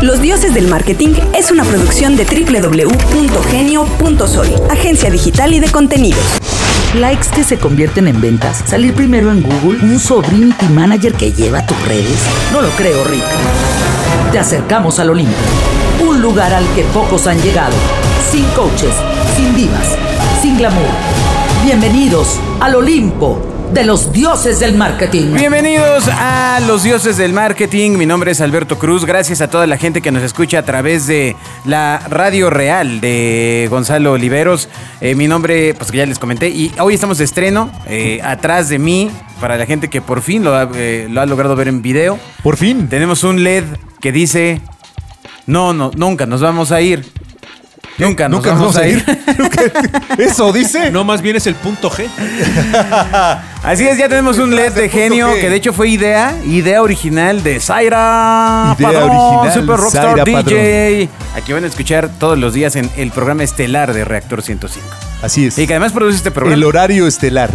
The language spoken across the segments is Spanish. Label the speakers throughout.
Speaker 1: Los Dioses del Marketing es una producción de www.genio.soy, agencia digital y de contenidos.
Speaker 2: Likes que se convierten en ventas, salir primero en Google, un sobrinity manager que lleva tus redes. No lo creo, Rick. Te acercamos al Olimpo, un lugar al que pocos han llegado, sin coaches, sin divas, sin glamour. Bienvenidos al Olimpo de los dioses del marketing.
Speaker 3: Bienvenidos a los dioses del marketing. Mi nombre es Alberto Cruz. Gracias a toda la gente que nos escucha a través de la radio real de Gonzalo Oliveros. Eh, mi nombre, pues que ya les comenté. Y hoy estamos de estreno. eh, atrás de mí, para la gente que por fin lo ha, eh, lo ha logrado ver en video,
Speaker 4: Por fin.
Speaker 3: tenemos un LED que dice: No, no, nunca nos vamos a ir. Nunca nos, vamos, a ir.
Speaker 4: Eso dice.
Speaker 5: No, más bien es el punto G.
Speaker 3: Así es, ya tenemos un LED de
Speaker 4: punto
Speaker 3: genio
Speaker 4: G.
Speaker 3: que de hecho fue idea, idea original de Zaira
Speaker 4: Idea
Speaker 3: Padrón,
Speaker 4: original,
Speaker 3: Super Rockstar
Speaker 4: Zaira
Speaker 3: DJ. Aquí van a escuchar todos los días en el programa estelar de Reactor 105.
Speaker 4: Así es.
Speaker 3: Y que además produce este
Speaker 4: El
Speaker 3: programa.
Speaker 4: horario estelar.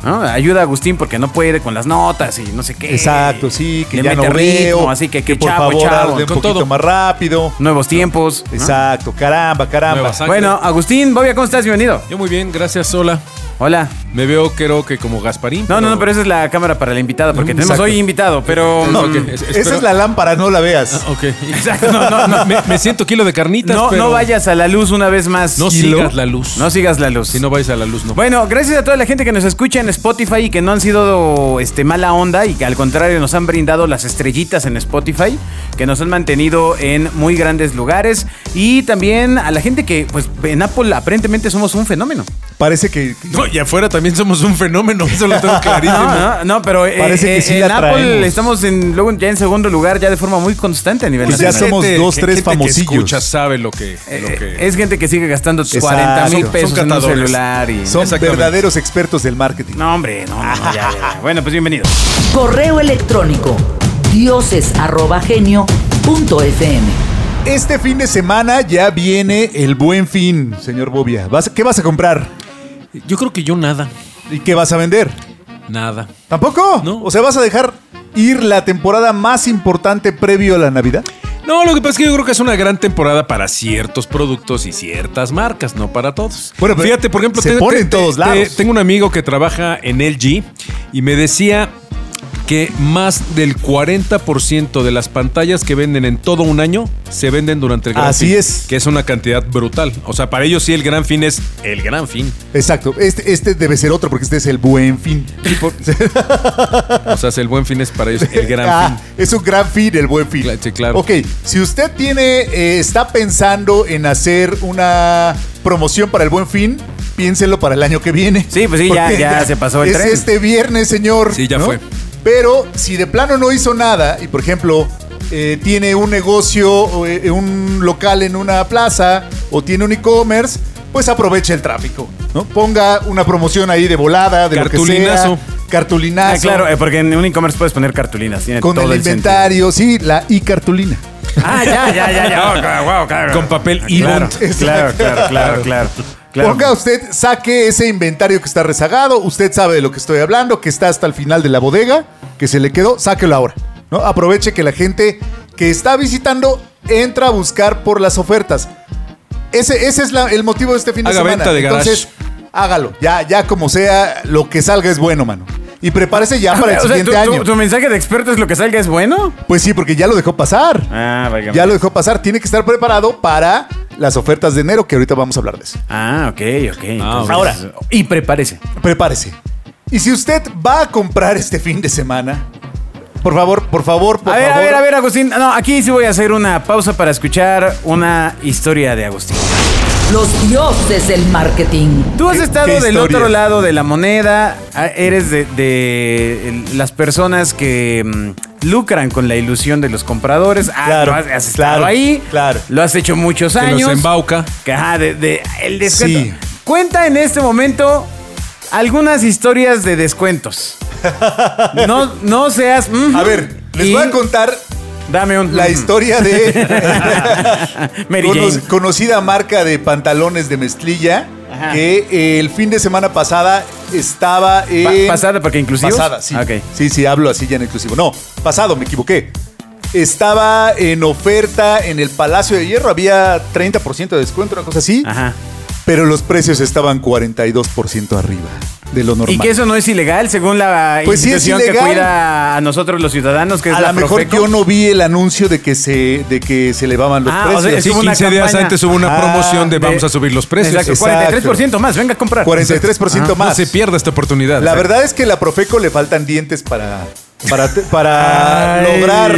Speaker 3: ¿no? Ayuda a Agustín porque no puede con las notas y no sé qué.
Speaker 4: Exacto, sí, que
Speaker 3: Eh, Le
Speaker 4: ya
Speaker 3: mete
Speaker 4: no
Speaker 3: ritmo,
Speaker 4: veo.
Speaker 3: así que, que
Speaker 4: por
Speaker 3: chavo,
Speaker 4: favor
Speaker 3: chavo.
Speaker 4: arde un
Speaker 5: con
Speaker 4: poquito
Speaker 5: todo.
Speaker 4: más rápido.
Speaker 3: Nuevos tiempos. ¿no?
Speaker 4: Exacto, caramba, caramba.
Speaker 5: Nueva sangre.
Speaker 3: Bueno, Agustín, Bobia, ¿cómo estás? Bienvenido.
Speaker 5: Yo muy bien, gracias, hola.
Speaker 3: Hola.
Speaker 5: Me veo, creo que como Gasparín.
Speaker 3: No, no, no, pero esa es la cámara para la invitada porque tenemos
Speaker 4: Mm, Exacto.
Speaker 3: hoy invitado, pero...
Speaker 5: No,
Speaker 3: mm,
Speaker 5: ok, es-
Speaker 4: Esa
Speaker 5: espero-
Speaker 4: es la lámpara, no la veas.
Speaker 5: Ah, ok.
Speaker 3: Exacto, no, no, no.
Speaker 5: Me, me siento kilo de carnitas,
Speaker 3: No,
Speaker 5: pero
Speaker 3: no vayas a la luz una vez más.
Speaker 5: No
Speaker 3: Kilo.
Speaker 5: sigas la luz.
Speaker 3: No sigas la luz.
Speaker 5: Si no vais a la luz, no.
Speaker 3: Bueno, gracias a toda la gente que nos escucha en Spotify y que no han sido este, mala onda y que al contrario nos han brindado las estrellitas en Spotify, que nos han mantenido en muy grandes lugares y también a la gente que pues en Apple aparentemente somos un fenómeno.
Speaker 4: Parece que.
Speaker 5: No, y afuera también somos un fenómeno, eso lo tengo clarísimo.
Speaker 3: No, no, no, pero eh,
Speaker 4: Parece que
Speaker 3: eh,
Speaker 4: sí
Speaker 3: en
Speaker 4: la
Speaker 3: Apple
Speaker 4: traemos.
Speaker 3: estamos en, luego ya en segundo lugar ya de forma muy constante a nivel
Speaker 4: Pues ya
Speaker 3: nacional.
Speaker 4: somos dos,
Speaker 5: que-
Speaker 4: tres
Speaker 5: gente que
Speaker 4: famosillos.
Speaker 5: escucha sabe lo que...
Speaker 3: Eh,
Speaker 5: lo que-
Speaker 3: es gente que sigue gastando
Speaker 4: Exacto.
Speaker 3: 40 mil
Speaker 4: Son- son
Speaker 3: pesos en un
Speaker 5: catadores.
Speaker 3: celular y
Speaker 4: Son
Speaker 5: Exactamente.
Speaker 4: verdaderos expertos del marketing.
Speaker 3: No, hombre, no, no, no, ya, ya, ya. Bueno, pues bienvenidos.
Speaker 2: Correo electrónico dioses@genio.fm.
Speaker 4: Este fin de semana ya viene el buen fin, señor Bobia. ¿Vas- ¿Qué vas a comprar?
Speaker 5: Yo creo que yo nada,
Speaker 4: ¿Y qué vas a vender?
Speaker 5: nada.
Speaker 4: ¿Tampoco?
Speaker 5: No.
Speaker 4: O sea, ¿vas a dejar ir la temporada más importante previo a la Navidad?
Speaker 5: No, lo que pasa es que yo creo que es una gran temporada para ciertos productos y ciertas marcas, no para todos.
Speaker 4: Bueno, pero
Speaker 5: fíjate, por ejemplo,
Speaker 4: se pone en todos lados.
Speaker 5: tengo un amigo que trabaja en LG y me decía que más del 40% de las pantallas que venden en todo un año se venden durante el Gran
Speaker 4: Así
Speaker 5: Fin,
Speaker 4: es.
Speaker 5: que es una cantidad brutal. O sea, para ellos sí el Gran Fin es el Gran Fin.
Speaker 4: Exacto. Este, este debe ser otro porque este es el buen fin.
Speaker 5: O sea, el Buen Fin es para ellos el Gran
Speaker 4: Ah,
Speaker 5: Fin.
Speaker 4: Es un gran fin el buen fin.
Speaker 5: Cla- sí, claro.
Speaker 4: Ok, si usted tiene, eh, está pensando en hacer una promoción para el buen fin, piénselo para el año que viene.
Speaker 3: Sí, pues sí, ya-
Speaker 4: Porque
Speaker 3: ya se pasó el
Speaker 4: es
Speaker 3: tren.
Speaker 4: este viernes, señor.
Speaker 5: Sí, ya fue.
Speaker 4: Pero si de plano no hizo nada y, por ejemplo, eh, tiene un negocio, o, eh, un local en una plaza o tiene un e-commerce, pues aproveche el tráfico, ¿no? Ponga una promoción ahí de volada, de lo
Speaker 5: Cartulinazo.
Speaker 4: que sea. Cartulinazo.
Speaker 3: Ah, claro, eh, porque en un e-commerce puedes poner cartulinas. Tiene
Speaker 4: Con
Speaker 3: todo
Speaker 4: el
Speaker 3: el,
Speaker 4: inventario, sí, la i-cartulina.
Speaker 3: sentido. Ah, ya, ya, ya, ya. Oh, claro, wow, claro.
Speaker 5: Con papel
Speaker 3: Ah,
Speaker 5: y
Speaker 3: claro,
Speaker 4: bond.
Speaker 3: claro, claro, claro, claro, claro.
Speaker 4: Ponga usted, saque ese inventario que está rezagado, usted sabe de lo que estoy hablando, que está hasta el final de la bodega, que se le quedó, sáquelo ahora. ¿no? Aproveche que la gente que está visitando entra a buscar por las ofertas. Ese, ese es la- el motivo de este fin de
Speaker 5: Haga
Speaker 4: semana.
Speaker 5: venta de garage.
Speaker 4: Entonces, hágalo. Ya, ya como sea, lo que salga es bueno, mano. Y prepárese ya para el
Speaker 3: O sea,
Speaker 4: siguiente
Speaker 3: ¿tu- tu-
Speaker 4: año.
Speaker 3: ¿Tu mensaje de experto es lo que salga es bueno?
Speaker 4: Pues sí, porque ya lo dejó pasar.
Speaker 3: Ah, vaya.
Speaker 4: Ya lo dejó pasar. Tiene que estar preparado para las ofertas de enero, que ahorita vamos a hablar de eso.
Speaker 3: Ah, ok, ok. Entonces-
Speaker 5: Ahora.
Speaker 3: Y prepárese.
Speaker 4: Prepárese. Y si usted va a comprar este fin de semana, por favor, por favor, por
Speaker 3: A ver,
Speaker 4: favor.
Speaker 3: a ver, a ver, Agustín. No, aquí sí voy a hacer una pausa para escuchar una historia de Agustín.
Speaker 2: Los dioses del marketing.
Speaker 3: Tú has
Speaker 4: ¿Qué-
Speaker 3: estado
Speaker 4: qué
Speaker 3: del
Speaker 4: historia?
Speaker 3: otro lado de la moneda, ah, eres de, de el- las personas que mm, lucran con la ilusión de los compradores. Ah,
Speaker 4: Claro,
Speaker 3: lo has, has estado
Speaker 4: claro,
Speaker 3: ahí,
Speaker 4: claro.
Speaker 3: lo has hecho muchos
Speaker 5: Que
Speaker 3: años.
Speaker 5: los embauca.
Speaker 3: Que, ajá, de- de- el descuento.
Speaker 4: Sí.
Speaker 3: Cuenta en este momento algunas historias de descuentos. No, no seas. mm,
Speaker 4: A ver, les
Speaker 3: y
Speaker 4: voy a contar
Speaker 3: Dame un.
Speaker 4: la
Speaker 3: mm.
Speaker 4: historia de
Speaker 3: Mary
Speaker 4: cono-
Speaker 3: Jane.
Speaker 4: conocida marca de pantalones de mezclilla
Speaker 3: Ajá.
Speaker 4: que eh, el fin de semana pasada estaba en
Speaker 3: Pa- pasada, porque inclusivos?
Speaker 4: Pasada, sí.
Speaker 3: Ok.
Speaker 4: Sí, sí, hablo así ya en inclusivo. No, pasado, me equivoqué. Estaba en oferta en el Palacio de Hierro, había 30% de descuento, una cosa así.
Speaker 3: Ajá.
Speaker 4: Pero los precios estaban 42% arriba de lo normal.
Speaker 3: Y que eso no es ilegal, según la
Speaker 4: Pues sí es
Speaker 3: institución que
Speaker 4: ilegal.
Speaker 3: cuida a nosotros los ciudadanos, que es
Speaker 4: a
Speaker 3: la
Speaker 4: lo mejor
Speaker 3: Profeco.
Speaker 4: yo no vi el anuncio de que se, de que se elevaban los
Speaker 3: Ah, o
Speaker 4: precios.
Speaker 3: sea, es
Speaker 5: Sí,
Speaker 3: como una
Speaker 5: 15 días
Speaker 3: campaña.
Speaker 5: antes hubo una
Speaker 4: Ah,
Speaker 5: promoción de
Speaker 3: de-
Speaker 5: vamos a subir los precios.
Speaker 3: Exacto,
Speaker 4: Exacto.
Speaker 3: 43% más, venga a comprar.
Speaker 4: 43%
Speaker 5: No
Speaker 4: más.
Speaker 5: se pierda esta oportunidad.
Speaker 4: La verdad es que la Profeco le faltan dientes para, para, te- para
Speaker 3: Ay.
Speaker 4: lograr.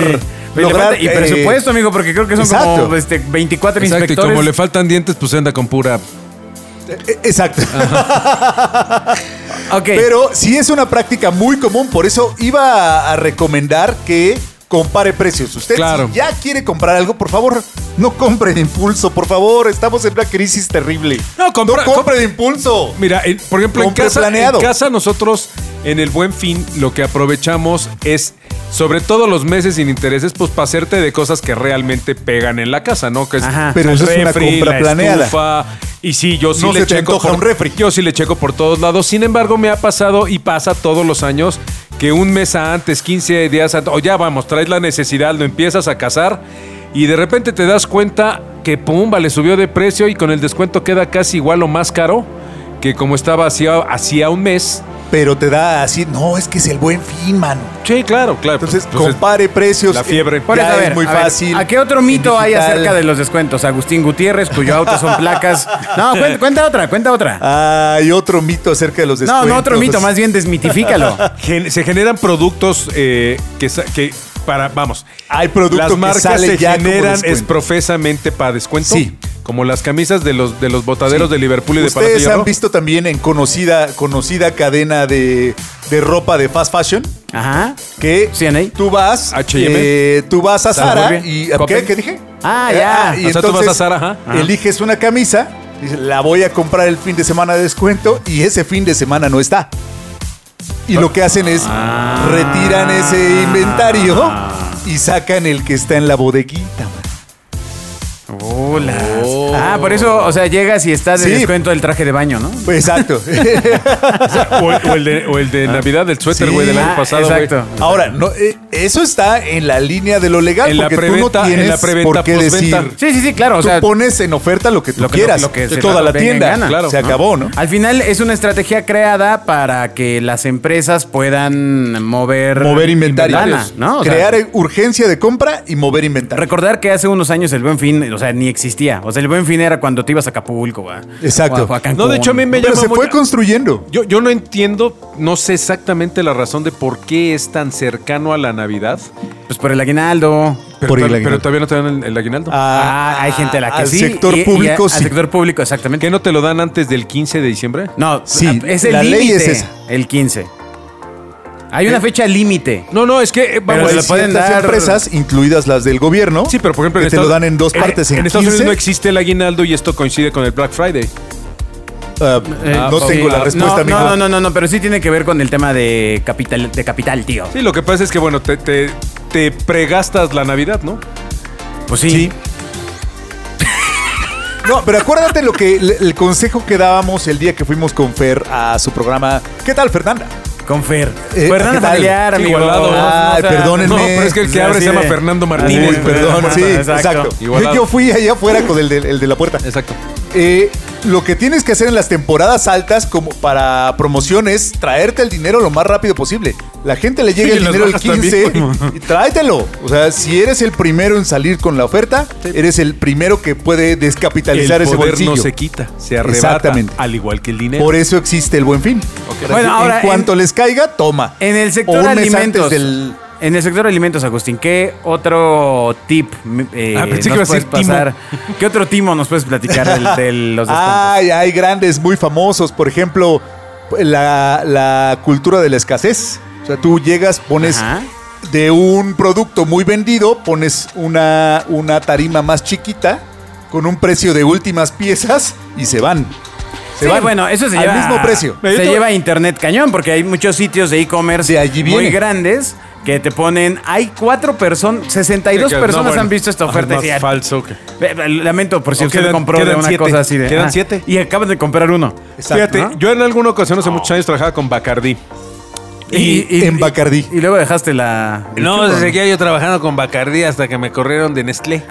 Speaker 3: Pero le
Speaker 4: lograr
Speaker 3: falta- y
Speaker 4: eh,
Speaker 3: presupuesto, amigo, porque creo que son como
Speaker 4: exacto.
Speaker 3: este, 24
Speaker 5: Exacto, y
Speaker 3: inspectores.
Speaker 5: como le faltan dientes, pues anda con pura.
Speaker 4: eh, Exacto.
Speaker 3: Ok.
Speaker 4: Pero sí es una práctica muy común, por eso iba a- a recomendar que compare precios. Usted
Speaker 5: Claro.
Speaker 4: si ya quiere comprar algo, por favor, no compre de impulso, por favor, estamos en una crisis terrible.
Speaker 5: No, compra-
Speaker 4: no compre
Speaker 5: comp-
Speaker 4: de impulso.
Speaker 5: Mira, en- por ejemplo, en
Speaker 4: Compre
Speaker 5: casa, en
Speaker 4: planeado.
Speaker 5: casa nosotros en el Buen Fin lo que aprovechamos es, sobre todo los meses sin intereses, pues para hacerte de cosas que realmente pegan en la casa, ¿no? Que es
Speaker 3: Ajá.
Speaker 4: Pero
Speaker 5: el
Speaker 4: eso es una
Speaker 5: refri,
Speaker 4: compra
Speaker 5: la
Speaker 4: planeada.
Speaker 5: estufa, y sí, yo sí
Speaker 4: No
Speaker 5: le
Speaker 4: se te
Speaker 5: checo
Speaker 4: antoja
Speaker 5: por,
Speaker 4: un refri.
Speaker 5: Yo sí le checo por todos lados. Sin embargo, me ha pasado y pasa todos los años que un mes antes, 15 días antes, o ya vamos, traes la necesidad, lo empiezas a cazar y de repente te das cuenta que pumba, le subió de precio y con el descuento queda casi igual o más caro que como estaba hacía, hacía un mes.
Speaker 4: Pero te da así, no, es que es el buen fin, mano.
Speaker 5: Sí, claro, claro.
Speaker 3: Ah, pues,
Speaker 5: pues,
Speaker 4: Entonces, compare precios.
Speaker 5: la fiebre.
Speaker 3: Por
Speaker 4: Ya
Speaker 3: eso, a
Speaker 4: es
Speaker 3: ver,
Speaker 4: muy
Speaker 3: a ver,
Speaker 4: fácil.
Speaker 3: ¿A qué otro mito
Speaker 4: En
Speaker 3: hay
Speaker 4: digital.
Speaker 3: acerca de los descuentos? Agustín Gutiérrez, cuyo auto son placas. No, cuenta, cuenta otra, cuenta otra.
Speaker 4: Hay otro mito acerca de los
Speaker 3: No,
Speaker 4: Ah, descuentos.
Speaker 3: no otro mito, más bien desmitifícalo.
Speaker 5: Gen- se generan productos eh, que, sa- que para, vamos,
Speaker 4: Hay producto
Speaker 5: las
Speaker 4: que
Speaker 5: marcas
Speaker 4: sale
Speaker 5: se
Speaker 4: ya como
Speaker 5: generan
Speaker 4: descuento.
Speaker 5: es profesamente para descuento.
Speaker 4: Sí.
Speaker 5: Como las camisas de los, de los botaderos de Liverpool y de Palacio
Speaker 4: Ustedes
Speaker 5: de Hierro.
Speaker 4: han visto también en conocida, conocida cadena de, de ropa de fast fashion
Speaker 3: Ajá.
Speaker 4: que
Speaker 3: CNA.
Speaker 4: tú vas,
Speaker 5: H&M.
Speaker 4: eh, tú vas a
Speaker 3: Está muy
Speaker 4: Zara
Speaker 3: bien.
Speaker 4: y
Speaker 5: Coppel.
Speaker 4: ¿qué, ¿Qué dije? Eh,
Speaker 3: Ah, ya.
Speaker 4: y
Speaker 5: O sea, tú vas a Zara, ajá.
Speaker 3: Ajá.
Speaker 4: eliges una camisa, dices, la voy a comprar el fin de semana de descuento y ese fin de semana no está. Y lo que hacen es
Speaker 5: Ah.
Speaker 4: retiran ese inventario y sacan el que está en la bodeguita. man.
Speaker 3: Hola. Ah, por eso, o sea, llegas y estás de
Speaker 4: Oh. Sí.
Speaker 3: descuento del traje de baño, ¿no?
Speaker 4: Pues, Exacto.
Speaker 5: O, o el de, o el de Navidad, el suéter,
Speaker 4: Ah. Sí.
Speaker 5: güey, del
Speaker 3: Ah,
Speaker 5: año pasado, güey.
Speaker 3: exacto.
Speaker 4: Ahora, no, eh, eso está en la línea de lo legal
Speaker 5: En la
Speaker 4: porque tú
Speaker 5: preventa-
Speaker 4: no
Speaker 5: en
Speaker 4: tienes
Speaker 5: la preventa
Speaker 4: por qué
Speaker 5: postventa.
Speaker 4: decir.
Speaker 3: Sí, sí, sí, claro. O
Speaker 4: tú
Speaker 3: sea,
Speaker 4: pones en oferta lo que tú
Speaker 3: lo que-
Speaker 4: quieras.
Speaker 3: lo que se
Speaker 4: toda la
Speaker 3: venga en
Speaker 4: tienda.
Speaker 3: gana,
Speaker 5: claro,
Speaker 4: se
Speaker 5: ¿no?
Speaker 4: acabó, ¿no?
Speaker 3: Al final es una estrategia creada para que las empresas puedan mover
Speaker 4: Mover inventario.
Speaker 3: lana, ¿no? O sea,
Speaker 4: Crear eh, urgencia de compra y mover inventario.
Speaker 3: Recordar que hace unos años el Buen Fin, o sea, ni existía. O sea, el Buen Fin era cuando te ibas a Acapulco, güey.
Speaker 4: Exacto.
Speaker 3: O a- o a Cancún.
Speaker 5: No, de hecho, a mí me
Speaker 4: Pero
Speaker 5: llama
Speaker 4: se
Speaker 5: mucho-
Speaker 4: fue construyendo.
Speaker 5: Yo, yo no entiendo, no sé exactamente la razón de por qué es tan cercano a la Navidad.
Speaker 3: Pues por el aguinaldo.
Speaker 5: Pero,
Speaker 4: Por el
Speaker 5: pero-
Speaker 4: aguinaldo.
Speaker 5: pero todavía no te dan el, el aguinaldo.
Speaker 3: Ah, hay gente a la que
Speaker 4: al
Speaker 3: sí.
Speaker 4: sector
Speaker 3: y- y a-
Speaker 4: público
Speaker 3: al
Speaker 4: sí.
Speaker 3: sector público, exactamente.
Speaker 5: ¿Qué no te lo dan antes del 15 de diciembre?
Speaker 3: No,
Speaker 4: Sí,
Speaker 3: a- es el
Speaker 4: la ley
Speaker 3: límite,
Speaker 4: es esa. Eh,
Speaker 3: El 15. Hay una fecha límite.
Speaker 5: No, no, es que eh,
Speaker 3: Pero
Speaker 5: vamos,
Speaker 4: Hay
Speaker 3: se la pueden
Speaker 4: ciertas
Speaker 3: dar-
Speaker 4: empresas, incluidas las del gobierno,
Speaker 5: Sí, pero por ejemplo...
Speaker 4: que
Speaker 5: en
Speaker 4: te lo
Speaker 5: Estados-
Speaker 4: dan en dos partes. En,
Speaker 5: Estados
Speaker 4: 15,
Speaker 5: Unidos no existe el aguinaldo y esto coincide con el Black Friday.
Speaker 4: ah, no
Speaker 3: Sí,
Speaker 4: tengo la
Speaker 3: no,
Speaker 4: respuesta,
Speaker 3: no,
Speaker 4: amigo.
Speaker 3: No, no, no, no, pero sí tiene que ver con el tema de capital, de capital, tío.
Speaker 5: Sí, lo que pasa es que, bueno, te, te, te pregastas la Navidad, ¿no?
Speaker 3: Pues sí.
Speaker 4: No, pero acuérdate lo que el, el consejo que dábamos el día que fuimos con Fer a su programa. ¿qué tal, Fernanda?
Speaker 3: Con Fer.
Speaker 4: Eh,
Speaker 3: Fernanda
Speaker 4: ¿qué tal?
Speaker 3: Familiar,
Speaker 5: Sí,
Speaker 3: amigo. Ah,
Speaker 5: igualado.
Speaker 4: Ay, perdónenme.
Speaker 5: No, pero es que el
Speaker 3: Así
Speaker 5: que abre se llama
Speaker 3: de-
Speaker 5: Fernando
Speaker 4: Uy,
Speaker 5: Martínez.
Speaker 3: Así de-
Speaker 4: perdón, sí,
Speaker 3: Exacto.
Speaker 4: exacto.
Speaker 5: Igualado.
Speaker 4: Yo fui allá afuera con el de, el de la puerta.
Speaker 5: Exacto.
Speaker 4: Eh, lo que tienes que hacer en las temporadas altas como para promoción es traerte el dinero lo más rápido posible. La gente le llega
Speaker 5: Y
Speaker 4: el
Speaker 5: las
Speaker 4: dinero el
Speaker 5: bajas
Speaker 4: 15
Speaker 5: también.
Speaker 4: y tráetelo. O sea, si eres el primero en salir con la oferta, eres el primero que puede descapitalizar
Speaker 5: El
Speaker 4: ese
Speaker 5: poder
Speaker 4: bolsillo.
Speaker 5: no se quita, se arrebata,
Speaker 4: Exactamente.
Speaker 5: al igual que el dinero.
Speaker 4: Por eso existe el buen fin.
Speaker 5: Ok.
Speaker 3: Bueno, ahora,
Speaker 4: en cuanto les caiga, toma.
Speaker 3: En el
Speaker 4: O
Speaker 3: sector
Speaker 4: un mes antes
Speaker 3: alimentos.
Speaker 4: del-
Speaker 3: En el sector alimentos, Agustín, ¿qué otro tip eh,
Speaker 5: Ah, pensé que
Speaker 3: nos
Speaker 5: iba a
Speaker 3: puedes
Speaker 5: decir timo.
Speaker 3: pasar? ¿Qué otro timo nos puedes platicar del- de los descuentos?
Speaker 4: Ay, hay grandes muy famosos. Por ejemplo, la, la cultura de la escasez. O sea, tú llegas, pones
Speaker 3: Ajá.
Speaker 4: de un producto muy vendido, pones una, una tarima más chiquita con un precio de últimas piezas y se van. Se
Speaker 3: Sí,
Speaker 4: van.
Speaker 3: bueno, eso se
Speaker 4: Al
Speaker 3: lleva.
Speaker 4: mismo precio.
Speaker 3: Se lleva a internet cañón, porque hay muchos sitios de e-commerce
Speaker 4: De allí
Speaker 3: muy
Speaker 4: viene.
Speaker 3: grandes que te ponen. Hay cuatro personas, 62
Speaker 5: Sí, que- no,
Speaker 3: personas
Speaker 5: bueno,
Speaker 3: han visto esta
Speaker 5: ajá,
Speaker 3: oferta. y
Speaker 5: más
Speaker 3: decían,
Speaker 5: falso que-
Speaker 3: "Ve, ve, Lamento por si
Speaker 5: O
Speaker 3: usted
Speaker 5: quedan-
Speaker 3: compró de
Speaker 5: quedan
Speaker 3: una
Speaker 5: siete,
Speaker 3: cosa así de.
Speaker 5: quedan
Speaker 3: ah,
Speaker 5: siete.
Speaker 3: Y acaban de comprar uno.
Speaker 4: Exacto,
Speaker 5: Fíjate,
Speaker 4: ¿no?
Speaker 5: yo en alguna ocasión hace muchos años trabajaba con Bacardí.
Speaker 4: en Bacardí.
Speaker 3: Y luego dejaste la. el
Speaker 5: No,
Speaker 3: churro,
Speaker 5: seguía yo trabajando con Bacardí hasta que me corrieron de Nestlé.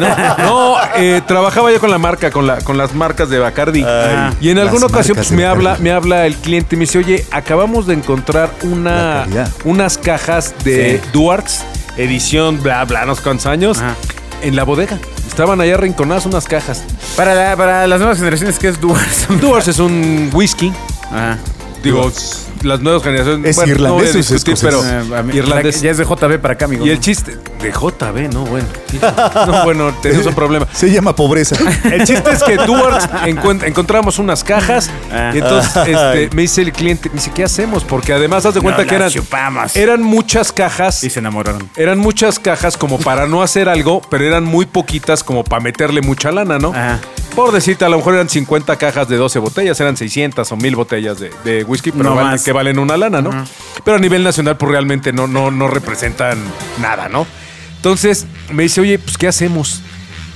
Speaker 5: No, no, eh, trabajaba yo con la marca, con, la, con las marcas de Bacardí.
Speaker 3: Ay,
Speaker 5: y en
Speaker 4: las
Speaker 5: alguna ocasión
Speaker 4: marcas
Speaker 5: pues,
Speaker 4: de
Speaker 5: me,
Speaker 4: Bacardí.
Speaker 5: habla, me habla el cliente y me dice, oye, acabamos de encontrar
Speaker 4: La
Speaker 5: una,
Speaker 4: calidad.
Speaker 5: unas cajas de
Speaker 3: Sí.
Speaker 5: Duarts, edición bla, bla, no sé cuántos años,
Speaker 3: Ajá.
Speaker 5: en la bodega. Estaban allá rinconadas unas cajas.
Speaker 3: Para, la- para las nuevas generaciones, ¿qué es Duars?
Speaker 5: Duarts es un whisky.
Speaker 3: Ajá.
Speaker 5: Digo, las nuevas generaciones...
Speaker 4: Es irlandés
Speaker 5: voy a
Speaker 4: o es
Speaker 5: discutir, pero
Speaker 4: escocés.
Speaker 3: Eh, a mí-
Speaker 5: irlandés.
Speaker 3: Ya es de JB para acá, amigo.
Speaker 5: Y el chiste de JB, no, bueno. hijo, No, bueno, tenemos un problema.
Speaker 4: Se llama pobreza.
Speaker 5: El chiste es que Duarte encuent- encontramos unas cajas
Speaker 3: Ah.
Speaker 5: y entonces este, me dice el cliente, me dice, ¿qué hacemos? Porque además haz de cuenta
Speaker 3: Nos
Speaker 5: que eran,
Speaker 3: las chupamos.
Speaker 5: eran muchas cajas.
Speaker 3: Y se enamoraron.
Speaker 5: Eran muchas cajas como para no hacer algo, pero eran muy poquitas como para meterle mucha lana, ¿no?
Speaker 3: Ajá.
Speaker 5: Por decirte, a lo mejor eran 50 cajas de 12 botellas, eran 600 o 1000 botellas de, de whisky, pero
Speaker 3: No
Speaker 5: valen-
Speaker 3: más.
Speaker 5: que valen una lana, ¿no? Pero a nivel nacional, pues realmente no, no, no representan nada, ¿no? Entonces me dice, oye, pues ¿qué hacemos?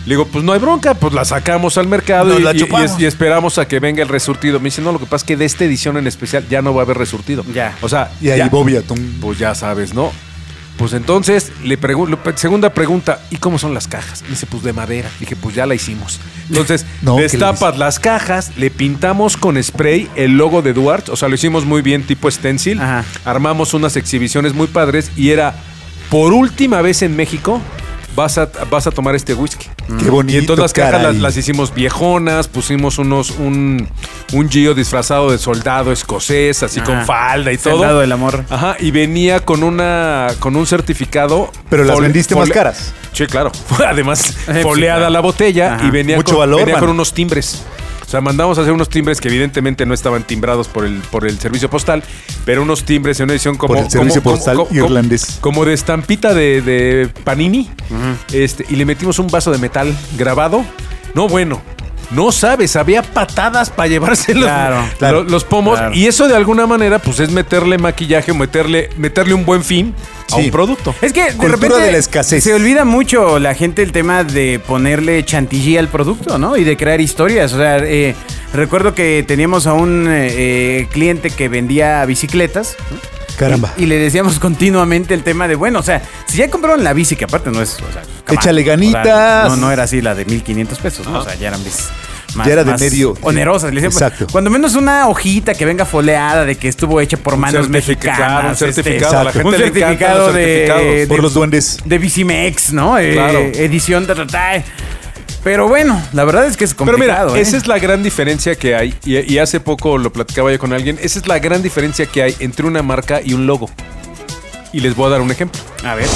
Speaker 5: Le digo, pues no hay bronca, pues la sacamos al mercado
Speaker 4: Nos
Speaker 5: y,
Speaker 4: la
Speaker 5: y- y-
Speaker 4: chupamos.
Speaker 5: y esperamos a que venga el resurtido. Me dice, no, lo que pasa es que de esta edición en especial ya no va a haber resurtido.
Speaker 3: Ya.
Speaker 5: O sea,
Speaker 4: Y ahí
Speaker 5: ya-
Speaker 4: Bobiatón.
Speaker 5: pues ya sabes, ¿no? Pues entonces, le pregun- lo- pe- segunda pregunta, ¿y cómo son las cajas? Dice, pues de madera. Dije, pues ya la hicimos. Entonces,
Speaker 4: No, ¿qué le
Speaker 5: destapas las cajas, le pintamos con spray el logo de Duarte, o sea, lo hicimos muy bien tipo stencil,
Speaker 3: Ajá.
Speaker 5: armamos unas exhibiciones muy padres y era, por última vez en México, vas a, vas a tomar este whisky.
Speaker 4: Mm. Qué bonito.
Speaker 5: Y entonces las cajas
Speaker 4: caray.
Speaker 5: las, las hicimos viejonas, pusimos unos, un, un Gio disfrazado de soldado escocés, así
Speaker 3: Ajá.
Speaker 5: con falda y todo.
Speaker 3: Soldado del amor.
Speaker 5: Ajá, y venía con una con un certificado.
Speaker 4: Pero las
Speaker 5: fole-
Speaker 4: vendiste más
Speaker 5: fole-
Speaker 4: caras.
Speaker 5: Sí, claro. Además,
Speaker 3: pues,
Speaker 5: foleada
Speaker 3: claro.
Speaker 5: la botella
Speaker 3: Ajá.
Speaker 5: y venía,
Speaker 4: Mucho
Speaker 5: con,
Speaker 4: valor,
Speaker 5: venía
Speaker 4: mano.
Speaker 5: con unos timbres. O sea, mandamos a hacer unos timbres que evidentemente no estaban timbrados por el, por el servicio postal, pero unos timbres en una edición como...
Speaker 4: Por el servicio
Speaker 5: como-
Speaker 4: postal
Speaker 5: como- como-
Speaker 4: irlandés.
Speaker 5: Como de estampita de, de panini. este, y le metimos un vaso de metal grabado. No, bueno. No sabes, había patadas para llevarse los,
Speaker 3: Claro,
Speaker 5: lo-
Speaker 4: claro,
Speaker 5: los pomos.
Speaker 3: claro.
Speaker 5: Y eso de alguna manera, pues es meterle maquillaje o meterle, meterle un buen fin a
Speaker 4: Sí.
Speaker 5: un producto.
Speaker 3: Es que de
Speaker 4: Cultura
Speaker 3: repente
Speaker 4: de la escasez.
Speaker 3: se olvida mucho la gente el tema de ponerle chantilly al producto, ¿no? Y de crear historias. O sea, eh, recuerdo que teníamos a un eh, eh, cliente que vendía bicicletas. ¿no?
Speaker 4: Caramba.
Speaker 3: Y, y le decíamos continuamente el tema de, bueno, o sea, si ya compraron la bici, que aparte no es. o sea, come
Speaker 4: Échale
Speaker 3: on. O sea,
Speaker 4: ganitas.
Speaker 3: no, no era así la de 1500 pesos, ¿no? O sea, ya eran bicis más-
Speaker 4: Ya era de
Speaker 3: más
Speaker 4: medio. eh,
Speaker 3: Onerosas. Le decíamos,
Speaker 4: Exacto.
Speaker 3: Cuando menos una hojita que venga foleada de que estuvo hecha por manos
Speaker 5: certificado,
Speaker 3: mexicanas.
Speaker 5: un
Speaker 3: este,
Speaker 5: certificado.
Speaker 4: A la
Speaker 5: gente
Speaker 3: un
Speaker 5: le encantan los
Speaker 3: certificado de,
Speaker 5: certificados.
Speaker 4: Por los duendes.
Speaker 3: de Bicimex, ¿no? Eh,
Speaker 5: Claro.
Speaker 3: Edición ta, ta, ta. Pero bueno, la verdad es que es
Speaker 5: Pero mira,
Speaker 3: complicado. ¿eh?
Speaker 5: esa es la gran diferencia que hay, y, y hace poco lo platicaba yo con alguien, esa es la gran diferencia que hay entre una marca y un logo. Y les voy a dar un ejemplo.
Speaker 3: A ver.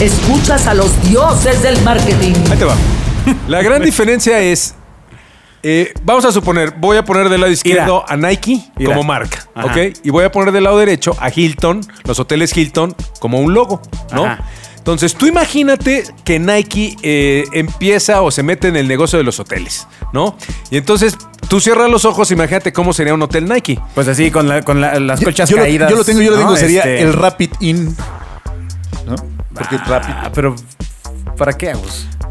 Speaker 2: Escuchas a los dioses del marketing.
Speaker 5: Ahí te va. La gran diferencia es, eh, vamos a suponer, voy a poner del lado izquierdo a Nike
Speaker 3: Mira.
Speaker 5: como marca,
Speaker 3: Ajá.
Speaker 5: ¿ok? Y voy a poner del lado derecho a Hilton, los hoteles Hilton, como un logo, ¿no?
Speaker 3: Ajá.
Speaker 5: Entonces, tú imagínate que Nike eh, empieza o se mete en el negocio de los hoteles, ¿no? Y entonces, tú cierras los ojos, imagínate cómo sería un hotel Nike.
Speaker 3: Pues así, con, la- con la- las colchas
Speaker 4: yo, lo-
Speaker 3: caídas.
Speaker 4: yo lo tengo, yo lo
Speaker 3: ¿no?
Speaker 4: tengo. Sería
Speaker 3: Este,
Speaker 4: el Rapid In. ¿No? Porque Rapid.
Speaker 3: Ah, pero, ¿para qué hago?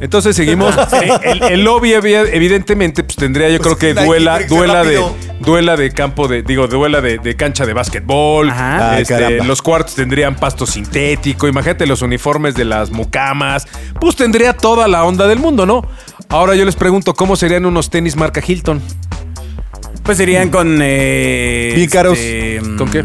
Speaker 5: Entonces seguimos. Eh, el, el lobby había- evidentemente pues, tendría yo
Speaker 4: Pues
Speaker 5: creo que
Speaker 4: Nike
Speaker 5: duela,
Speaker 4: tiene que ser
Speaker 5: duela de,
Speaker 4: rápido.
Speaker 5: duela de campo de, digo, duela de, de cancha de básquetbol.
Speaker 3: Ajá.
Speaker 4: Ah,
Speaker 5: Este,
Speaker 4: caramba.
Speaker 5: los cuartos tendrían pasto sintético. Imagínate los uniformes de las mucamas. Pues tendría toda la onda del mundo, ¿no? Ahora yo les pregunto cómo serían unos tenis marca Hilton.
Speaker 3: Pues serían con. eh,
Speaker 4: Bien caros.
Speaker 3: mm,
Speaker 5: ¿Con qué?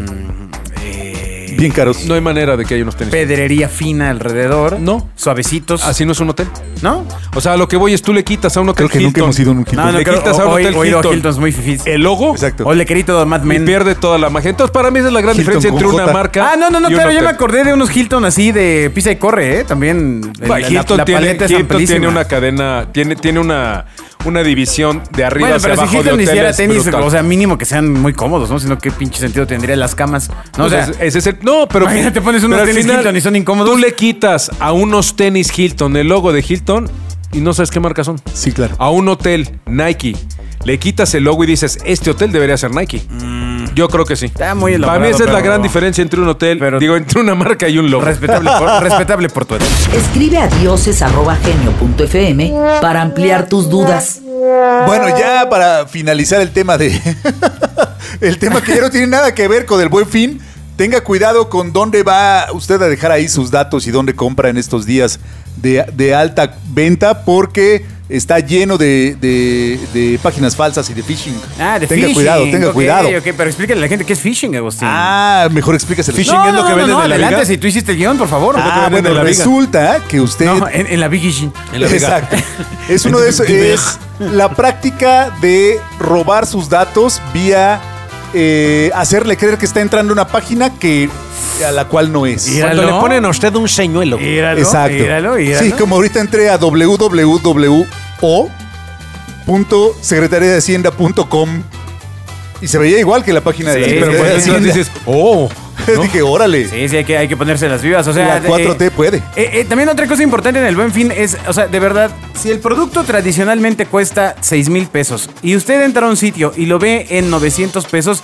Speaker 3: eh,
Speaker 4: Bien caros.
Speaker 5: No hay manera de que haya unos tenis.
Speaker 3: Pedrería fina alrededor.
Speaker 5: No.
Speaker 3: Suavecitos.
Speaker 5: Así no es un hotel.
Speaker 3: ¿No?
Speaker 5: O sea, lo que voy es tú le quitas a un hotel
Speaker 4: Creo que nunca
Speaker 5: Hilton.
Speaker 4: hemos ido a un Hilton.
Speaker 3: No, no
Speaker 5: Le
Speaker 3: creo.
Speaker 5: quitas a un
Speaker 3: o-
Speaker 5: hotel
Speaker 3: o- oído a
Speaker 5: Hilton.
Speaker 3: Hilton es muy fifís.
Speaker 5: El logo.
Speaker 4: Exacto.
Speaker 3: O le querito a Mad
Speaker 5: Y
Speaker 3: Men.
Speaker 5: pierde toda la magia. Entonces, para mí esa es la gran
Speaker 4: Hilton
Speaker 5: diferencia entre
Speaker 4: con
Speaker 5: una
Speaker 4: J.
Speaker 5: marca.
Speaker 3: Ah, no, no, no,
Speaker 5: y un
Speaker 3: claro, yo me
Speaker 5: hotel.
Speaker 3: acordé de unos Hilton así de pisa y corre, ¿eh? También. el-
Speaker 5: Bah,
Speaker 3: la-
Speaker 5: Hilton,
Speaker 3: la
Speaker 5: tiene,
Speaker 3: paleta es
Speaker 5: Hilton
Speaker 3: amplísima.
Speaker 5: tiene una cadena, tiene, tiene una, una división de arriba
Speaker 3: Bueno,
Speaker 5: hacia
Speaker 3: pero si
Speaker 5: abajo de
Speaker 3: Hilton hiciera
Speaker 5: hoteles
Speaker 3: tenis,
Speaker 5: brutal.
Speaker 3: o sea, mínimo que sean muy cómodos, ¿no? Sino qué pinche sentido tendría las camas. No, o sea,
Speaker 5: Entonces, ese Pues es el- no, pero
Speaker 3: imagínate, pones unos
Speaker 5: pero al
Speaker 3: tenis
Speaker 5: final,
Speaker 3: Hilton y son incómodos.
Speaker 5: Tú le quitas a unos tenis Hilton el logo de Hilton y no sabes qué marca son.
Speaker 4: Sí, claro.
Speaker 5: A un hotel Nike le quitas el logo y dices, este hotel debería ser Nike. Yo creo que sí.
Speaker 3: Mm. Está muy
Speaker 5: Para mí
Speaker 3: elaborado,
Speaker 5: esa es la
Speaker 3: pero-
Speaker 5: gran diferencia entre un hotel,
Speaker 3: pero-
Speaker 5: digo, entre una marca y un logo.
Speaker 3: respetable, por, respetable por tu edad.
Speaker 2: Escribe a dioses.genio.fm para ampliar tus dudas.
Speaker 4: Bueno, ya para finalizar el tema de. el tema que ya no tiene nada que ver con el buen fin, Tenga cuidado con dónde va usted a dejar ahí sus datos y dónde compra en estos días de, de alta venta porque está lleno de, de- de páginas falsas y de phishing.
Speaker 3: Ah, de
Speaker 4: tenga
Speaker 3: phishing.
Speaker 4: cuidado, tenga
Speaker 3: Ok,
Speaker 4: cuidado.
Speaker 3: ok, pero explícale a la gente qué es phishing, Agustín.
Speaker 4: Ah, mejor explícaselo.
Speaker 5: Phishing es lo que venden en la
Speaker 3: adelante,
Speaker 5: liga.
Speaker 3: si tú hiciste el guión, por favor.
Speaker 5: que
Speaker 4: Ah,
Speaker 5: venden
Speaker 4: bueno,
Speaker 5: en la viga.
Speaker 4: resulta que usted...
Speaker 3: No, en, en la Big Phishing.
Speaker 5: En la viga.
Speaker 4: Exacto. Es uno de esos. Es la práctica de robar sus datos vía eh, hacerle creer que está entrando a una página que a la cual no es.
Speaker 3: Míralo,
Speaker 5: Cuando le ponen a usted un señuelo.
Speaker 3: Míralo,
Speaker 4: Exacto.
Speaker 3: míralo, míralo.
Speaker 4: Sí, como ahorita entré a www.secretariadehacienda.com y se veía igual que la página de la
Speaker 3: Sí,
Speaker 5: Pero
Speaker 4: Secretaría
Speaker 5: cuando
Speaker 4: de
Speaker 5: entras
Speaker 4: Hacienda.
Speaker 5: dices, oh, ¿no?
Speaker 4: Dije, órale,
Speaker 3: Sí, sí, hay que, hay que ponerse las vivas. O sea,
Speaker 4: la 4T
Speaker 3: eh,
Speaker 4: puede.
Speaker 3: Eh, eh, también otra cosa importante en el buen fin es, o sea, de verdad, si el producto tradicionalmente cuesta 6 mil pesos y usted entra a un sitio y lo ve en 900 pesos,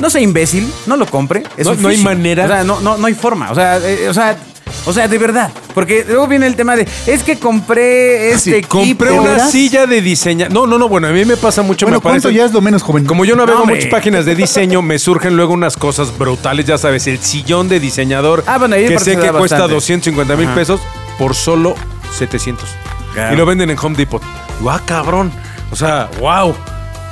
Speaker 3: no sea imbécil, no lo compre. es
Speaker 5: No-
Speaker 3: un
Speaker 5: no hay
Speaker 3: phishing.
Speaker 5: manera.
Speaker 3: O sea, no, no, no hay forma. O sea, eh, o sea. O sea, de verdad, porque luego viene el tema de, es que compré este
Speaker 4: Sí,
Speaker 3: equipo.
Speaker 5: compré una
Speaker 3: ¿verdad?
Speaker 5: silla de diseño. No, no, no, bueno, a mí me pasa mucho.
Speaker 4: Bueno,
Speaker 5: me parece
Speaker 4: ¿cuánto ya es lo menos joven?
Speaker 5: Como yo navego
Speaker 3: No, hombre.
Speaker 5: muchas páginas de diseño, me surgen luego unas cosas brutales, ya sabes, el sillón de diseñador
Speaker 3: Ah, bueno, ahí
Speaker 5: que
Speaker 3: aparte
Speaker 5: sé
Speaker 3: se
Speaker 5: que
Speaker 3: da
Speaker 5: cuesta
Speaker 3: bastante.
Speaker 5: 250 mil
Speaker 3: Ajá.
Speaker 5: pesos por solo 700.
Speaker 3: Claro.
Speaker 5: Y lo venden en Home Depot. ¡Guau, cabrón! O sea, wow.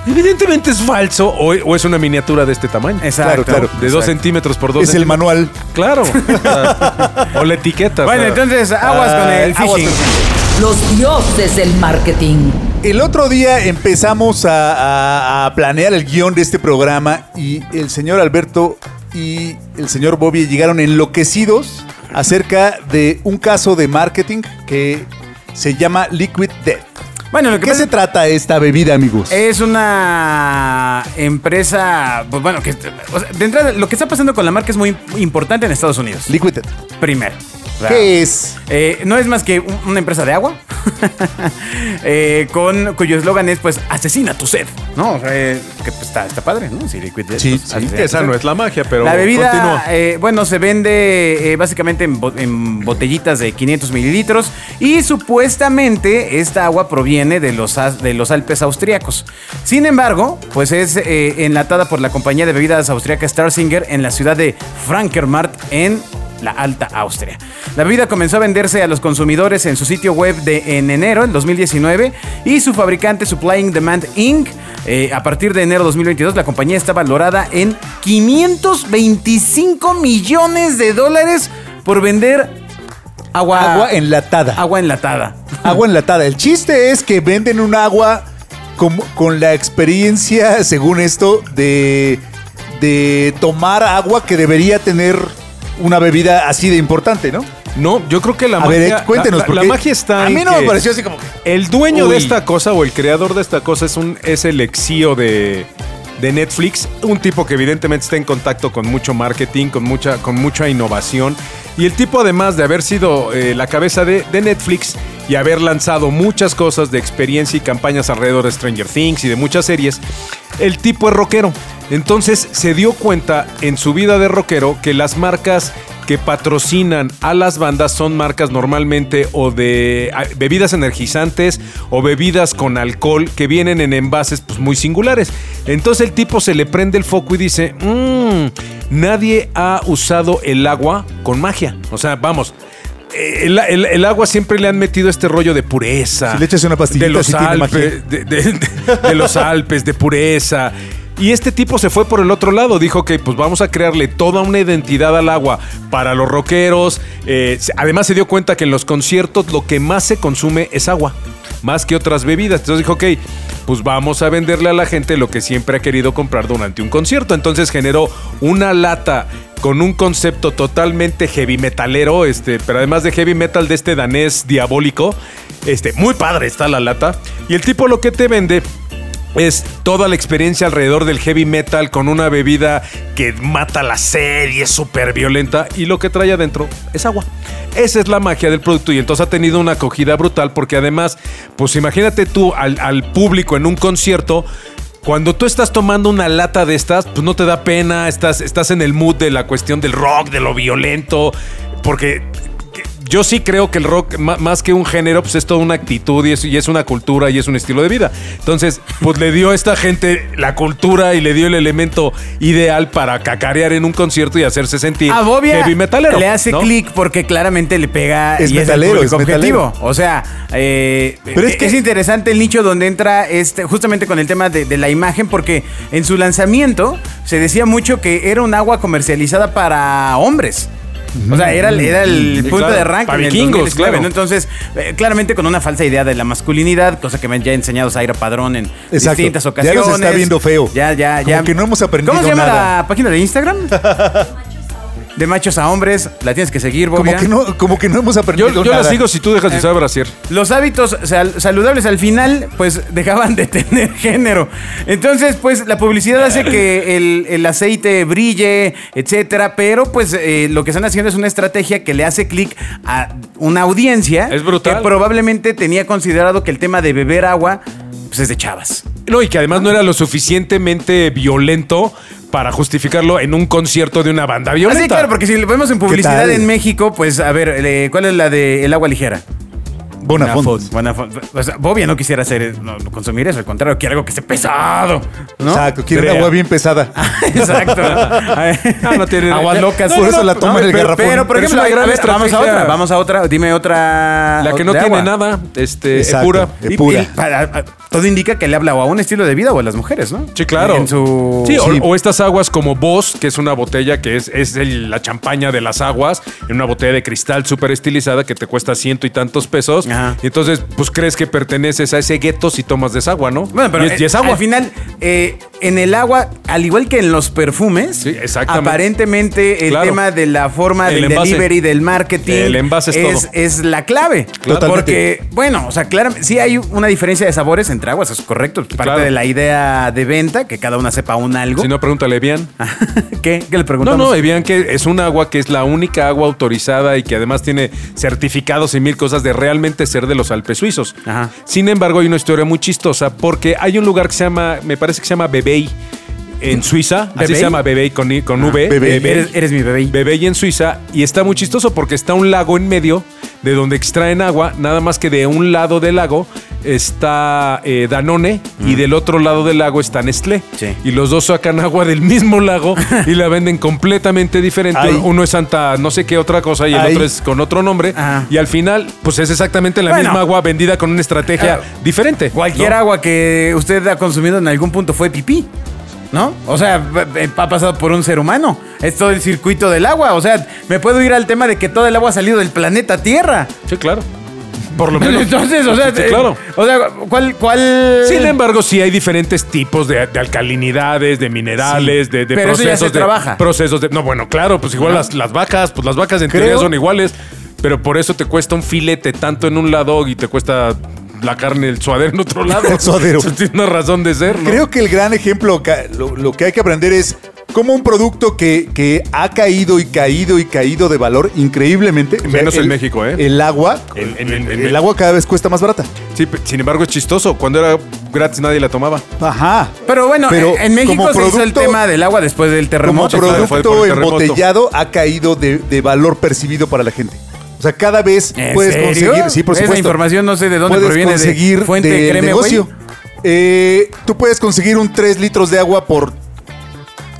Speaker 5: Evidentemente es falso o, e, o es una miniatura de este tamaño.
Speaker 3: Exacto.
Speaker 4: Claro,
Speaker 5: De 2
Speaker 3: Exacto.
Speaker 5: centímetros por 2
Speaker 4: Es el manual.
Speaker 5: Claro. O, sea, o la etiqueta. o
Speaker 3: Bueno,
Speaker 5: sea.
Speaker 3: entonces, aguas con
Speaker 5: Ah,
Speaker 3: el
Speaker 5: aguas
Speaker 3: phishing.
Speaker 5: con-
Speaker 2: Los dioses del marketing.
Speaker 4: El otro día empezamos a, a- a planear el guión de este programa y el señor Alberto y el señor Bobby llegaron enloquecidos acerca de un caso de marketing que se llama Liquid Death.
Speaker 3: Bueno, lo
Speaker 4: ¿De
Speaker 3: que
Speaker 4: qué
Speaker 3: pasa Eh,
Speaker 4: se trata esta bebida, amigos?
Speaker 3: Es una empresa, pues bueno, que o sea, de entrada, lo que está pasando con la marca es muy importante en Estados Unidos.
Speaker 4: Liquid Death.
Speaker 3: Primero.
Speaker 4: ¿Qué es?
Speaker 3: Eh, no es más que un- una empresa de agua eh, con cuyo eslogan es pues asesina tu sed, ¿no? O sea, eh, que pues, está, está padre, ¿no? Sí, liquid Death,
Speaker 4: Sí,
Speaker 3: pues,
Speaker 4: sí,
Speaker 3: asesina tu
Speaker 5: Esa
Speaker 3: sed.
Speaker 5: no es la magia, pero
Speaker 3: La
Speaker 5: continúa.
Speaker 3: bebida, eh, bueno, se vende eh, básicamente en, bo- en botellitas de 500 mililitros y supuestamente esta agua proviene de los, as- de los Alpes austriacos. Sin embargo, pues es eh, enlatada por la compañía de bebidas austriaca Starsinger en la ciudad de Frankermart en la Alta Austria. La bebida comenzó a venderse a los consumidores en su sitio web de en enero del 2019 y su fabricante Supplying Demand Inc. eh, a partir de enero 2022 la compañía está valorada en 525 millones de dólares por vender agua,
Speaker 4: Agua enlatada.
Speaker 3: agua enlatada.
Speaker 4: Agua enlatada. El chiste es que venden un agua con, con la experiencia, según esto, de, de tomar agua que debería tener una bebida así de importante, ¿no?
Speaker 5: No, yo creo que la
Speaker 4: A
Speaker 5: magia.
Speaker 4: ver, eh, cuéntenos.
Speaker 5: la- La,
Speaker 4: porque
Speaker 5: la magia está.
Speaker 4: A
Speaker 5: en
Speaker 4: mí no
Speaker 5: que
Speaker 4: me pareció así como que.
Speaker 5: El dueño
Speaker 4: Uy.
Speaker 5: de esta cosa o el creador de esta cosa es un es el ex CEO de, de Netflix, un tipo que evidentemente está en contacto con mucho marketing, con mucha, con mucha innovación. Y el tipo, además de haber sido eh, la cabeza de, de Netflix y haber lanzado muchas cosas de experiencia y campañas alrededor de Stranger Things y de muchas series, el tipo es rockero. Entonces se dio cuenta en su vida de rockero que las marcas que patrocinan a las bandas son marcas normalmente o de ah, bebidas energizantes o bebidas con alcohol que vienen en envases pues, muy singulares. Entonces el tipo se le prende el foco y dice, "Mm, nadie ha usado el agua con magia. O sea, vamos. eh, El, el- el agua siempre le han metido este rollo de pureza.
Speaker 4: Si le echas una pastillita,
Speaker 5: de los
Speaker 4: sí tiene
Speaker 5: Alpes,
Speaker 4: magia.
Speaker 5: de, de- de- de los Alpes, de pureza. Y este tipo se fue por el otro lado, dijo que pues vamos a crearle toda una identidad al agua para los rockeros. Eh, se- además se dio cuenta que en los conciertos lo que más se consume es agua, más que otras bebidas. Entonces dijo, ok, pues vamos a venderle a la gente lo que siempre ha querido comprar durante un concierto. Entonces generó una lata con un concepto totalmente heavy metalero, este, pero además de heavy metal de este danés diabólico, este, muy padre está la lata. Y el tipo lo que te vende es toda la experiencia alrededor del heavy metal con una bebida que mata la sed y es súper violenta y lo que trae adentro es agua. Esa es la magia del producto y entonces ha tenido una acogida brutal porque además, pues imagínate tú al, al público en un concierto. Cuando tú estás tomando una lata de estas, pues no te da pena, estás, estás en el mood de la cuestión del rock, de lo violento, porque yo sí creo que el rock, ma- más que un género, pues es toda una actitud y es, y es una cultura y es un estilo de vida. Entonces, pues le dio a esta gente la cultura y le dio el elemento ideal para cacarear en un concierto y hacerse sentir
Speaker 3: A Ah, Bobia
Speaker 5: heavy metalero.
Speaker 3: le hace
Speaker 5: ¿no?
Speaker 3: clic porque claramente le pega
Speaker 4: Es
Speaker 3: y
Speaker 4: metalero,
Speaker 3: es el público
Speaker 4: es metalero.
Speaker 3: objetivo. O sea, eh,
Speaker 4: Pero
Speaker 3: eh,
Speaker 4: es
Speaker 3: es,
Speaker 4: que-
Speaker 3: interesante el nicho donde entra este, justamente con el tema de, de la imagen, porque en su lanzamiento se decía mucho que era un agua comercializada para hombres. O sea, era, el- era el
Speaker 5: Sí,
Speaker 3: punto
Speaker 5: Mm, claro,
Speaker 3: de arranque.
Speaker 5: para
Speaker 3: en el
Speaker 5: vikingos,
Speaker 3: 2019,
Speaker 5: claro.
Speaker 3: ¿no? Entonces, eh, claramente con una falsa idea de la masculinidad, cosa que me han ya enseñado Zaira Padrón en
Speaker 4: Exacto.
Speaker 3: distintas
Speaker 4: Ya nos
Speaker 3: ocasiones.
Speaker 4: está viendo feo.
Speaker 3: Ya, ya,
Speaker 4: Como
Speaker 3: ya.
Speaker 4: que no hemos aprendido
Speaker 3: ¿Cómo se llama
Speaker 4: nada.
Speaker 3: la página de Instagram? De machos a hombres, la tienes que seguir, Bobia.
Speaker 4: Como que, no, como que no hemos aprendido
Speaker 5: Yo, yo la
Speaker 4: nada.
Speaker 5: sigo si tú dejas
Speaker 3: Eh.
Speaker 5: de usar brasier.
Speaker 3: Los hábitos sal- saludables al final, pues dejaban de tener género. Entonces, pues la publicidad hace que el, el aceite brille, etcétera. Pero, pues eh, lo que están haciendo es una estrategia que le hace clic a una audiencia
Speaker 5: Es brutal.
Speaker 3: que probablemente tenía considerado que el tema de beber agua pues, es de chavas.
Speaker 5: No, y que además no era lo suficientemente violento para justificarlo en un concierto de una banda violenta.
Speaker 3: Así, Ah, claro, porque si lo vemos en publicidad
Speaker 4: tal?
Speaker 3: en México, pues a ver, eh, ¿cuál es la de el agua ligera?
Speaker 4: Bonafont.
Speaker 3: Bonafont. O sea, Bobia no quisiera hacer, no, no consumir eso, al contrario, quiere algo que esté pesado. ¿no?
Speaker 4: Exacto, quiere
Speaker 5: Crea. Ah,
Speaker 4: una agua bien pesada.
Speaker 3: Exacto.
Speaker 5: No, Ah, no tiene-
Speaker 3: Aguas locas.
Speaker 4: Por eso la toma en el
Speaker 3: pero-
Speaker 4: garrafón.
Speaker 3: Pero, por
Speaker 5: Pero es
Speaker 3: ejemplo,
Speaker 5: una
Speaker 3: a
Speaker 5: gran
Speaker 3: ver, vamos a
Speaker 5: estrategia.
Speaker 3: otra. Vamos a otra. Dime otra.
Speaker 5: La que no
Speaker 3: de
Speaker 5: tiene
Speaker 3: agua.
Speaker 5: nada, este, es
Speaker 4: Exacto.
Speaker 5: pura.
Speaker 4: Es pura.
Speaker 3: Y- y para- a- todo indica que le habla o a un estilo de vida o a las mujeres, ¿no?
Speaker 5: Sí, claro.
Speaker 3: En su.
Speaker 5: Sí, O, o estas aguas como Boss, que es una botella que es, es el- la champaña de las aguas, en una botella de cristal súper estilizada que te cuesta ciento y tantos pesos.
Speaker 3: Ajá.
Speaker 5: Y entonces, pues crees que perteneces a ese gueto si tomas desagua, ¿no?
Speaker 3: Bueno, pero
Speaker 5: y es, y es
Speaker 3: eh,
Speaker 5: agua.
Speaker 3: al final, eh, en el agua, al igual que en los perfumes,
Speaker 5: Sí, exactamente.
Speaker 3: aparentemente el
Speaker 5: Claro.
Speaker 3: tema de la forma
Speaker 5: El
Speaker 3: del
Speaker 5: envase.
Speaker 3: delivery, del marketing,
Speaker 5: El envase es todo.
Speaker 3: es la clave.
Speaker 4: Claro. Totalmente.
Speaker 3: Porque, bueno, o sea, claro, sí hay una diferencia de sabores entre aguas, es correcto. Parte
Speaker 5: Claro.
Speaker 3: de la idea de venta, que cada una sepa un algo.
Speaker 5: Si no, pregúntale bien.
Speaker 3: ¿Qué? ¿Qué le
Speaker 5: No,
Speaker 3: preguntamos?
Speaker 5: no, Evian que es un agua que es la única agua autorizada y que además tiene certificados y mil cosas de realmente ser de los Alpes suizos.
Speaker 3: Ajá.
Speaker 5: Sin embargo, hay una historia muy chistosa porque hay un lugar que se llama, me parece que se llama Bebey en Suiza. Así
Speaker 3: ¿Bebey? Ah,
Speaker 5: se llama Bebey con, i- con V.
Speaker 4: Bebey.
Speaker 5: Bebey.
Speaker 3: Eres, eres mi bebé.
Speaker 5: Bebey en Suiza y está muy chistoso porque está un lago en medio de donde extraen agua, nada más que de un lado del lago está eh, Danone y del otro lado del lago está Nestlé.
Speaker 3: Mm. Sí.
Speaker 5: Y los dos sacan agua del mismo lago y la venden completamente diferente.
Speaker 4: Ay.
Speaker 5: Uno es Santa no sé qué otra cosa y el
Speaker 4: Ay.
Speaker 5: otro es con otro nombre.
Speaker 3: Ajá.
Speaker 5: Y al final, pues es exactamente la
Speaker 3: Bueno. Ah,
Speaker 5: misma agua vendida con una estrategia
Speaker 3: Claro.
Speaker 5: diferente.
Speaker 3: Cualquier
Speaker 5: ¿no?
Speaker 3: agua que usted ha consumido en algún punto fue pipí. ¿No? O sea, b- b- ha pasado por un ser humano. Es todo el circuito del agua. O sea, me puedo ir al tema de que todo el agua ha salido del planeta Tierra.
Speaker 5: Sí, claro. Por lo menos.
Speaker 3: Entonces, o sea,
Speaker 5: Sí,
Speaker 3: eh,
Speaker 5: claro.
Speaker 3: O sea, ¿cuál, cuál?
Speaker 5: Sin em- embargo, sí hay diferentes tipos de, de alcalinidades, de minerales, de, de
Speaker 3: Pero eso
Speaker 5: procesos
Speaker 3: ya se
Speaker 5: de
Speaker 3: trabaja.
Speaker 5: procesos de. No, bueno, claro, pues igual las, las vacas, pues las vacas en
Speaker 4: Creo-
Speaker 5: teoría son iguales, pero por eso te cuesta un filete tanto en un lado y te cuesta la carne el suadero en otro lado.
Speaker 4: El suadero.
Speaker 5: Eso tiene una razón de ser, ¿no?
Speaker 4: Creo que el gran ejemplo, ca- lo, lo que hay que aprender es cómo un producto que, que ha caído y caído y caído de valor increíblemente.
Speaker 5: Menos en
Speaker 4: el-
Speaker 5: México, ¿eh?
Speaker 4: El agua.
Speaker 5: En- en- en- en-
Speaker 4: el agua cada vez cuesta más barata.
Speaker 5: Sí, pe- sin embargo, es chistoso. Cuando era gratis nadie la tomaba.
Speaker 4: Ajá.
Speaker 3: Pero bueno,
Speaker 4: Pero
Speaker 3: en México
Speaker 4: como
Speaker 3: se hizo el
Speaker 4: producto-
Speaker 3: tema del agua después del
Speaker 4: Como
Speaker 3: terremoto.
Speaker 5: claro, fue por
Speaker 4: producto
Speaker 5: el terremoto.
Speaker 4: embotellado ha caído de, de valor percibido para la gente. O sea, cada vez
Speaker 3: ¿En
Speaker 4: puedes
Speaker 3: serio?
Speaker 4: conseguir. Sí, por
Speaker 3: Esa
Speaker 4: supuesto.
Speaker 3: información no sé de dónde
Speaker 4: puedes
Speaker 3: proviene, de
Speaker 4: conseguir
Speaker 3: fuente
Speaker 4: del
Speaker 3: Créeme, güey.
Speaker 4: negocio. Eh, tú puedes conseguir un 3 litros de agua por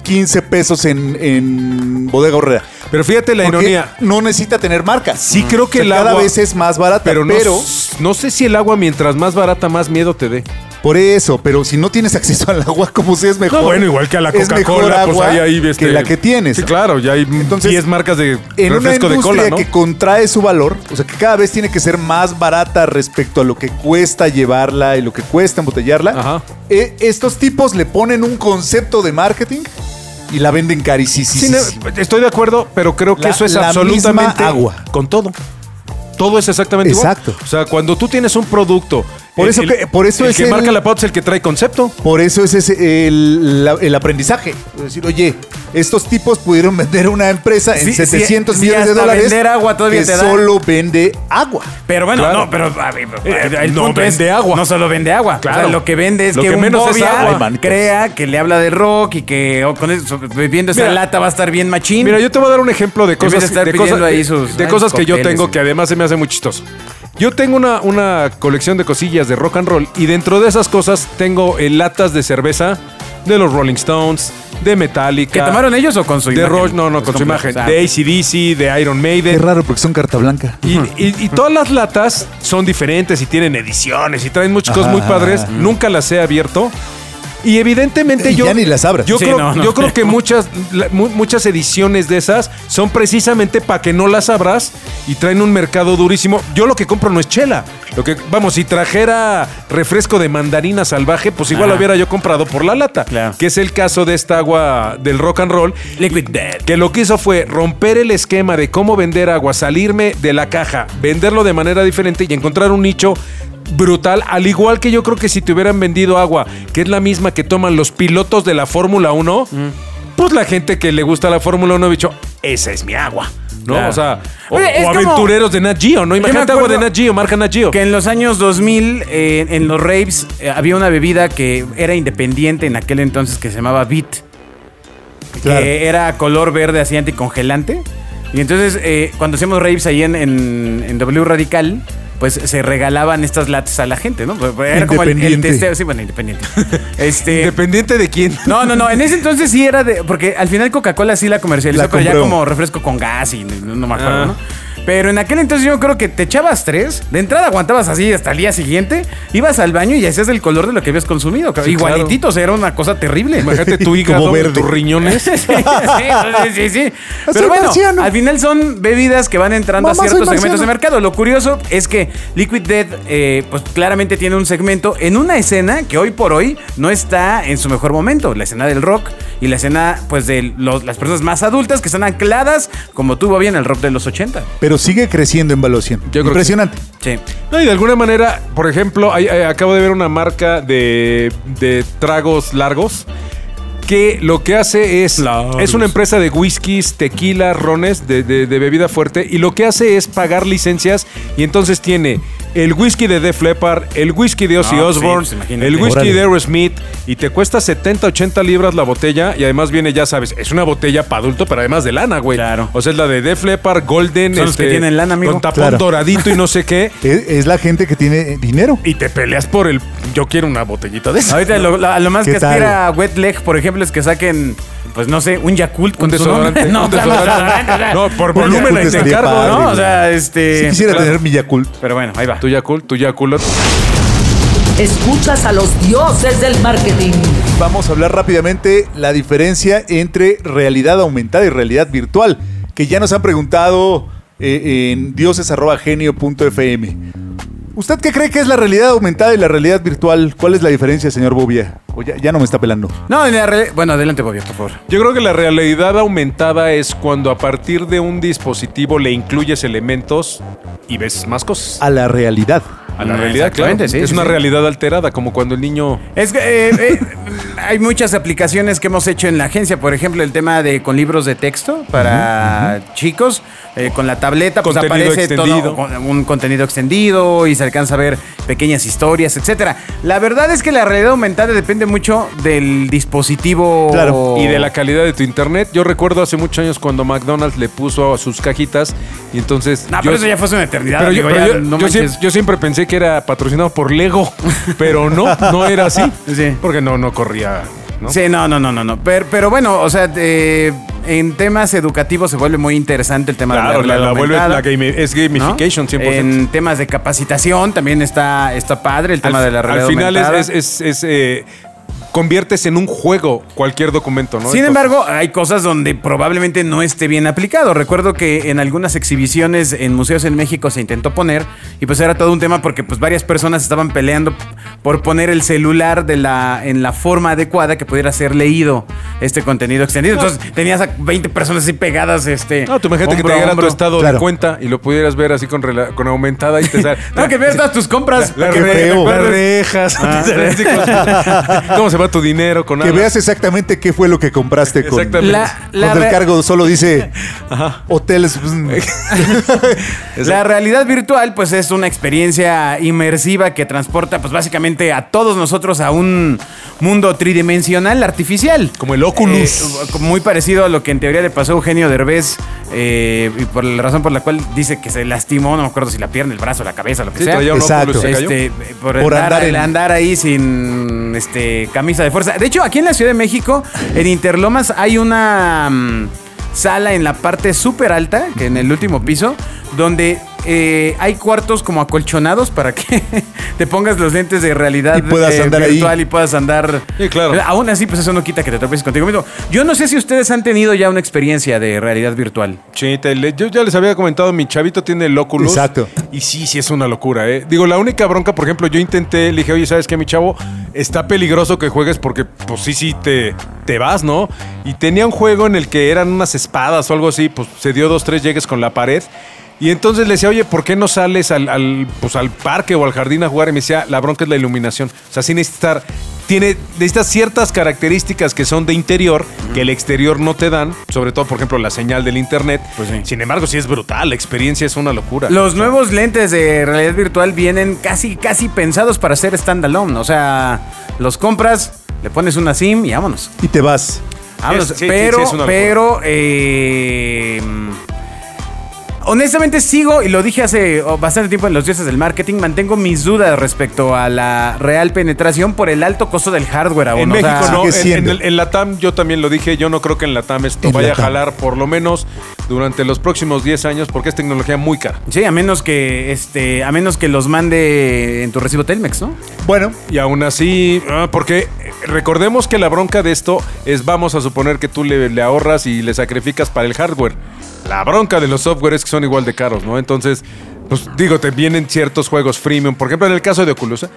Speaker 4: 15 pesos en, en Bodega Horrera.
Speaker 5: Pero fíjate la
Speaker 4: Porque
Speaker 5: ironía.
Speaker 4: No necesita tener marca.
Speaker 5: Sí creo que
Speaker 4: O sea,
Speaker 5: el
Speaker 4: cada
Speaker 5: agua-
Speaker 4: vez es más barata,
Speaker 5: Pero
Speaker 4: pero,
Speaker 5: no, no sé si el agua, mientras más barata, más miedo te dé.
Speaker 4: por eso, pero si no tienes acceso al agua, como si es mejor.
Speaker 5: No, bueno, igual que a la
Speaker 4: Es mejor
Speaker 5: Coca-Cola, pues
Speaker 4: agua
Speaker 5: hay ahí este,
Speaker 4: que la que tienes.
Speaker 5: Sí, claro, ya hay
Speaker 4: Entonces,
Speaker 5: 10 marcas de
Speaker 4: En una
Speaker 5: refresco de
Speaker 4: industria
Speaker 5: cola, ¿no?
Speaker 4: que contrae su valor, o sea que cada vez tiene que ser más barata respecto a lo que cuesta llevarla y lo que cuesta embotellarla,
Speaker 5: Ajá.
Speaker 4: eh, estos tipos le ponen un concepto de marketing y la venden
Speaker 5: Sí,
Speaker 4: carísima.
Speaker 5: no, estoy de acuerdo, pero creo que
Speaker 4: La-
Speaker 5: eso es
Speaker 4: la
Speaker 5: absolutamente
Speaker 4: misma agua.
Speaker 5: con todo. Todo es exactamente igual.
Speaker 4: Exacto.
Speaker 5: O sea, cuando tú tienes un producto,
Speaker 4: Por eso que- por eso
Speaker 5: el
Speaker 4: es
Speaker 5: que
Speaker 4: el-
Speaker 5: marca la pauta es el que trae concepto.
Speaker 4: Por eso ese es el, la- el aprendizaje. Es decir, oye, estos tipos pudieron vender una empresa en
Speaker 3: Sí, sí,
Speaker 4: 700
Speaker 3: sí,
Speaker 4: millones de
Speaker 3: hasta
Speaker 4: dólares.
Speaker 3: vender agua todavía
Speaker 4: que
Speaker 3: te dan.
Speaker 4: solo vende agua.
Speaker 3: Pero bueno,
Speaker 5: Claro.
Speaker 3: no, pero a ver,
Speaker 5: Eh,
Speaker 3: el
Speaker 5: no
Speaker 3: punto
Speaker 5: vende
Speaker 3: es,
Speaker 5: agua.
Speaker 3: No solo vende agua.
Speaker 5: Claro.
Speaker 3: O sea, lo que vende es
Speaker 5: Lo
Speaker 3: que,
Speaker 5: que
Speaker 3: un
Speaker 5: menos es
Speaker 3: bobia
Speaker 5: agua.
Speaker 3: crea que le habla de rock y que oh, con eso, viendo esa
Speaker 5: Mira.
Speaker 3: lata va a estar bien machín.
Speaker 5: Mira, yo te voy a dar un ejemplo de
Speaker 3: En vez de
Speaker 5: cosas,
Speaker 3: estar
Speaker 5: de
Speaker 3: pidiendo
Speaker 5: cosas, eh,
Speaker 3: ahí sus-
Speaker 5: de
Speaker 3: ay,
Speaker 5: cosas que yo
Speaker 3: cócteles,
Speaker 5: tengo
Speaker 3: sí.
Speaker 5: que además se me hace muy chistoso. Yo tengo una, una colección de cosillas de rock and roll y dentro de esas cosas tengo eh, latas de cerveza de los Rolling Stones, de Metallica.
Speaker 3: ¿Que tomaron ellos o con su
Speaker 5: De
Speaker 3: imagen?
Speaker 5: Roche, no, no,
Speaker 3: Pues
Speaker 5: con su
Speaker 3: completo,
Speaker 5: imagen.
Speaker 3: o sea.
Speaker 5: De ACDC, de Iron
Speaker 4: Qué
Speaker 5: Maiden.
Speaker 4: raro, porque son carta blanca.
Speaker 5: Y, y- y todas las latas son diferentes y tienen ediciones y traen muchas cosas muy padres. Nunca las he abierto. Y evidentemente
Speaker 4: Y
Speaker 5: yo.
Speaker 4: ya ni las abras.
Speaker 5: Yo,
Speaker 3: Sí,
Speaker 5: creo,
Speaker 3: no, no.
Speaker 5: yo creo que muchas, la- mu- muchas ediciones de esas son precisamente para que no las abras y traen un mercado durísimo. Yo lo que compro no es chela. Lo que, vamos, si trajera refresco de mandarina salvaje, pues igual
Speaker 3: Ajá.
Speaker 5: lo hubiera yo comprado por la lata.
Speaker 3: Claro.
Speaker 5: Que es el caso de esta agua del rock and roll.
Speaker 3: Liquid Death.
Speaker 5: Que lo que hizo fue romper el esquema de cómo vender agua, salirme de la caja, venderlo de manera diferente y encontrar un nicho brutal, al igual que yo creo que si te hubieran vendido agua, que es la misma que toman los pilotos de la Fórmula 1,
Speaker 3: Mm.
Speaker 5: pues la gente que le gusta la Fórmula 1 ha dicho, esa es mi agua, ¿no?
Speaker 3: Claro.
Speaker 5: O sea, o,
Speaker 3: Oye, es
Speaker 5: o
Speaker 3: como-
Speaker 5: aventureros de Nat Geo, ¿no?
Speaker 3: me
Speaker 5: Imagínate agua de
Speaker 3: acuerdo
Speaker 5: Nat Geo, marca Nat Geo.
Speaker 3: Que en los años 2000, eh, en los raves, eh, había una bebida que era independiente en aquel entonces que se llamaba Beat.
Speaker 4: Claro.
Speaker 3: Que era color verde así anticongelante. Y entonces, eh, cuando hacíamos raves ahí en, en- en W Radical, pues se regalaban estas latas a la gente, ¿no? Pues, Era como el- el,
Speaker 4: Independiente.
Speaker 3: testeo. Sí, bueno, independiente. este,
Speaker 5: Independiente de quién.
Speaker 3: no, no, no. En ese entonces sí era de. Porque al final Coca-Cola sí la comercializó,
Speaker 4: La
Speaker 3: pero ya
Speaker 4: compró.
Speaker 3: como refresco con gas y no, no me acuerdo,
Speaker 5: Ah.
Speaker 3: ¿no? Pero en aquel entonces yo creo que te echabas tres, de entrada aguantabas así hasta el día siguiente, ibas al baño y hacías el color de lo que habías consumido. cabrón.
Speaker 5: Sí, claro.
Speaker 3: Igualititos, era una cosa terrible.
Speaker 5: Imagínate tu
Speaker 4: Como
Speaker 5: hígado,
Speaker 4: verde.
Speaker 5: tus riñones.
Speaker 3: sí, sí, sí, sí, sí.
Speaker 4: Soy
Speaker 3: Pero bueno,
Speaker 4: marciano.
Speaker 3: al final son bebidas que van entrando
Speaker 4: Mamá,
Speaker 3: a ciertos
Speaker 4: soy
Speaker 3: segmentos de
Speaker 4: marciano.
Speaker 3: mercado. Lo curioso es que Liquid Death, eh, pues claramente tiene un segmento en una escena que hoy por hoy no está en su mejor momento. La escena del rock y la escena, pues, de los- las personas más adultas que están ancladas, como tuvo bien el rock de los 80.
Speaker 4: Pero sigue creciendo en valuación.
Speaker 5: creo que
Speaker 4: Impresionante.
Speaker 3: Sí.
Speaker 5: No, y de alguna manera, por ejemplo, hay- hay- acabo de ver una marca de, de tragos largos que lo que hace es... Es una empresa de whiskies, tequila, rones, de, de- de bebida fuerte, y lo que hace es pagar licencias y entonces tiene el whisky de Def Leppard, el whisky de Ozzy
Speaker 3: No, sí,
Speaker 5: Osbourne,
Speaker 3: pues imagínate.
Speaker 5: el whisky
Speaker 4: Órale.
Speaker 5: de Aerosmith, y te cuesta 70, 80 libras la botella, y además viene, ya sabes, es una botella para adulto, pero además de lana, güey.
Speaker 3: Claro.
Speaker 5: O sea, es la de Def Leppard, Golden, este,
Speaker 3: Son los que tienen lana, amigo.
Speaker 5: con tapón
Speaker 4: Claro.
Speaker 5: doradito y no sé qué.
Speaker 4: Es, es la gente que tiene eh, dinero.
Speaker 5: Y te peleas por el. Yo quiero una botellita de esa.
Speaker 3: Ahorita lo, la- lo más
Speaker 4: ¿Qué
Speaker 3: que
Speaker 4: tal?
Speaker 3: aspira a Wet Leg, por ejemplo, es que saquen, pues no sé, un Yakult con
Speaker 5: Un
Speaker 3: su nombre.
Speaker 5: desodorante.
Speaker 3: No,
Speaker 5: Un
Speaker 3: claro,
Speaker 5: desodorante.
Speaker 3: desodorante, o sea,
Speaker 5: No, por
Speaker 3: un
Speaker 5: volumen
Speaker 3: Yakult
Speaker 5: ahí te
Speaker 4: estaría
Speaker 5: encargo,
Speaker 4: padre,
Speaker 3: ¿no? O
Speaker 4: güey.
Speaker 3: sea, este.
Speaker 4: Sí quisiera
Speaker 5: eh, claro.
Speaker 4: tener mi Yakult.
Speaker 3: Pero bueno, ahí va.
Speaker 5: Tuya cool, tuya cool.
Speaker 2: Escuchas a los dioses del marketing.
Speaker 4: Vamos a hablar rápidamente la diferencia entre realidad aumentada y realidad virtual, que ya nos han preguntado eh, en dioses.genio.fm. ¿Usted qué cree que es la realidad aumentada y la realidad virtual? ¿Cuál es la diferencia, señor Bobia? O ya, ya no me está pelando.
Speaker 3: No, en la re- bueno, adelante, Bobby, por favor.
Speaker 5: Yo creo que la realidad aumentada es cuando a partir de un dispositivo le incluyes elementos y ves más cosas.
Speaker 4: A la realidad.
Speaker 5: A la realidad,
Speaker 3: Ah,
Speaker 5: claro.
Speaker 3: Exactamente, sí,
Speaker 5: es
Speaker 3: sí,
Speaker 5: una
Speaker 3: sí.
Speaker 5: realidad alterada, como cuando el niño.
Speaker 3: Es que eh, eh, hay muchas aplicaciones que hemos hecho en la agencia, por ejemplo, el tema de con libros de texto para chicos, eh, con la tableta pues
Speaker 5: Contenido
Speaker 3: aparece todo,
Speaker 5: extendido.
Speaker 3: con- un contenido extendido y se alcanza a ver pequeñas historias, etcétera. La verdad es que la realidad aumentada depende mucho del dispositivo
Speaker 4: Claro.
Speaker 5: Y de la calidad de tu internet. Yo recuerdo hace muchos años cuando McDonald's le puso a sus cajitas y entonces.
Speaker 3: No,
Speaker 5: yo-
Speaker 3: pero eso ya fue hace una eternidad.
Speaker 5: Pero yo,
Speaker 3: amigo,
Speaker 5: pero
Speaker 3: ya
Speaker 5: yo-
Speaker 3: no
Speaker 5: yo siem- yo
Speaker 3: manches.
Speaker 5: siempre, pensé que era patrocinado por Lego, pero no, no era así.
Speaker 3: Sí.
Speaker 5: Porque no, no corría. ¿no?
Speaker 3: Sí, no, no, no, no, no. Pero, pero bueno, o sea, eh, en temas educativos se vuelve muy interesante el tema
Speaker 5: Claro,
Speaker 3: de la,
Speaker 5: la,
Speaker 3: realidad
Speaker 5: la vuelve-
Speaker 3: aumentada,
Speaker 5: la game- es
Speaker 3: ¿no?
Speaker 5: gamification 100%.
Speaker 3: En temas de capacitación también está, está padre el tema
Speaker 5: al,
Speaker 3: de la realidad
Speaker 5: al final es,
Speaker 3: aumentada.
Speaker 5: es- es- es, eh, conviertes en un juego cualquier documento, ¿no?
Speaker 3: Sin
Speaker 5: Entonces,
Speaker 3: embargo, hay cosas donde probablemente no esté bien aplicado. Recuerdo que en algunas exhibiciones en museos en México se intentó poner y pues era todo un tema porque pues varias personas estaban peleando por poner el celular de la, en la forma adecuada que pudiera ser leído este contenido extendido. Entonces tenías a 20 personas así pegadas. Este,
Speaker 5: No, tú imagínate
Speaker 3: hombro a
Speaker 5: que te llegara tu
Speaker 3: hombro.
Speaker 5: estado
Speaker 4: Claro.
Speaker 5: de cuenta y lo pudieras ver así con, rela- con aumentada y te sal-
Speaker 3: No, que veas todas tus compras.
Speaker 5: Las
Speaker 4: Qué
Speaker 5: re-
Speaker 4: feo.
Speaker 5: las rejas. te salen así con- ¿Cómo se va tu dinero con
Speaker 4: Que
Speaker 5: alas.
Speaker 4: veas exactamente qué fue lo que compraste con,
Speaker 5: Exactamente.
Speaker 3: La- la
Speaker 4: cuando el
Speaker 3: re-
Speaker 4: cargo solo dice hoteles. pues,
Speaker 3: La realidad virtual, pues, es una experiencia inmersiva que transporta, pues, básicamente a todos nosotros a un mundo tridimensional artificial.
Speaker 5: Como el Oculus.
Speaker 3: Eh, muy parecido a lo que en teoría le pasó a Eugenio Derbez, eh, y por la razón por la cual dice que se lastimó, no me acuerdo si la pierna, el brazo, la cabeza, lo que
Speaker 5: Sí,
Speaker 3: sea.
Speaker 5: traía un
Speaker 4: Exacto.
Speaker 5: Oculus y se cayó.
Speaker 3: Este, por,
Speaker 4: Por
Speaker 3: andar,
Speaker 4: andar en-
Speaker 3: andar ahí sin este, camisa de fuerza. De hecho, aquí en la Ciudad de México, en Interlomas, hay una mm, sala en la parte súper alta, que en el último piso, donde eh, hay cuartos como acolchonados para que te pongas los lentes de realidad
Speaker 4: Y puedas
Speaker 3: eh,
Speaker 4: andar ahí.
Speaker 3: virtual y puedas andar.
Speaker 5: Sí, claro.
Speaker 3: Pero Aún así, pues eso no quita que te tropieces contigo mismo. Yo no sé si ustedes han tenido ya una experiencia de realidad virtual.
Speaker 5: Chinita, le- yo ya les había comentado, mi chavito tiene el Oculus.
Speaker 4: Exacto.
Speaker 5: Y sí, sí es una locura, ¿eh? Digo, la única bronca, por ejemplo, yo intenté, le dije, oye, ¿sabes qué, mi chavo? Está peligroso que juegues porque, pues sí, sí, te, te vas, ¿no? Y tenía un juego en el que eran unas espadas o algo así, pues se dio dos, tres llegues con la pared. Y entonces le decía, oye, ¿por qué no sales al, al, pues, al parque o al jardín a jugar? Y me decía, la bronca es la iluminación. O sea, sí necesitas estar... Tiene, necesitas ciertas características que son de interior, que el exterior no te dan, sobre todo, por ejemplo, la señal del internet.
Speaker 3: Pues sí.
Speaker 5: Sin embargo, sí es brutal, la experiencia es una locura.
Speaker 3: Los nuevos lentes de realidad virtual vienen casi, casi pensados para ser standalone. O sea, los compras, le pones una SIM y vámonos.
Speaker 4: y te vas.
Speaker 3: Vámonos.
Speaker 5: Sí, sí, sí,
Speaker 3: pero,
Speaker 5: sí, es una locura.
Speaker 3: pero, eh, honestamente sigo, y lo dije hace oh, bastante tiempo en los dioses del marketing, mantengo mis dudas respecto a la real penetración por el alto costo del hardware aún.
Speaker 5: En
Speaker 3: o sea,
Speaker 5: México no,
Speaker 4: sigue
Speaker 5: en,
Speaker 4: siendo.
Speaker 5: en el- en la TAM yo también lo dije, yo no creo que en la TAM esto
Speaker 4: En
Speaker 5: vaya
Speaker 4: LATAM.
Speaker 5: a jalar por lo menos durante los próximos 10 años porque es tecnología muy cara.
Speaker 3: Sí, a menos que este, a menos que los mande en tu recibo Telmex, ¿no?
Speaker 4: Bueno,
Speaker 5: Y aún así, ah, porque eh, recordemos que la bronca de esto es vamos a suponer que tú le, le ahorras y le sacrificas para el hardware. La bronca de los software es que son igual de caros, ¿no? Entonces, pues digo, te vienen ciertos juegos freemium, por ejemplo en el caso de Oculus, ¿eh?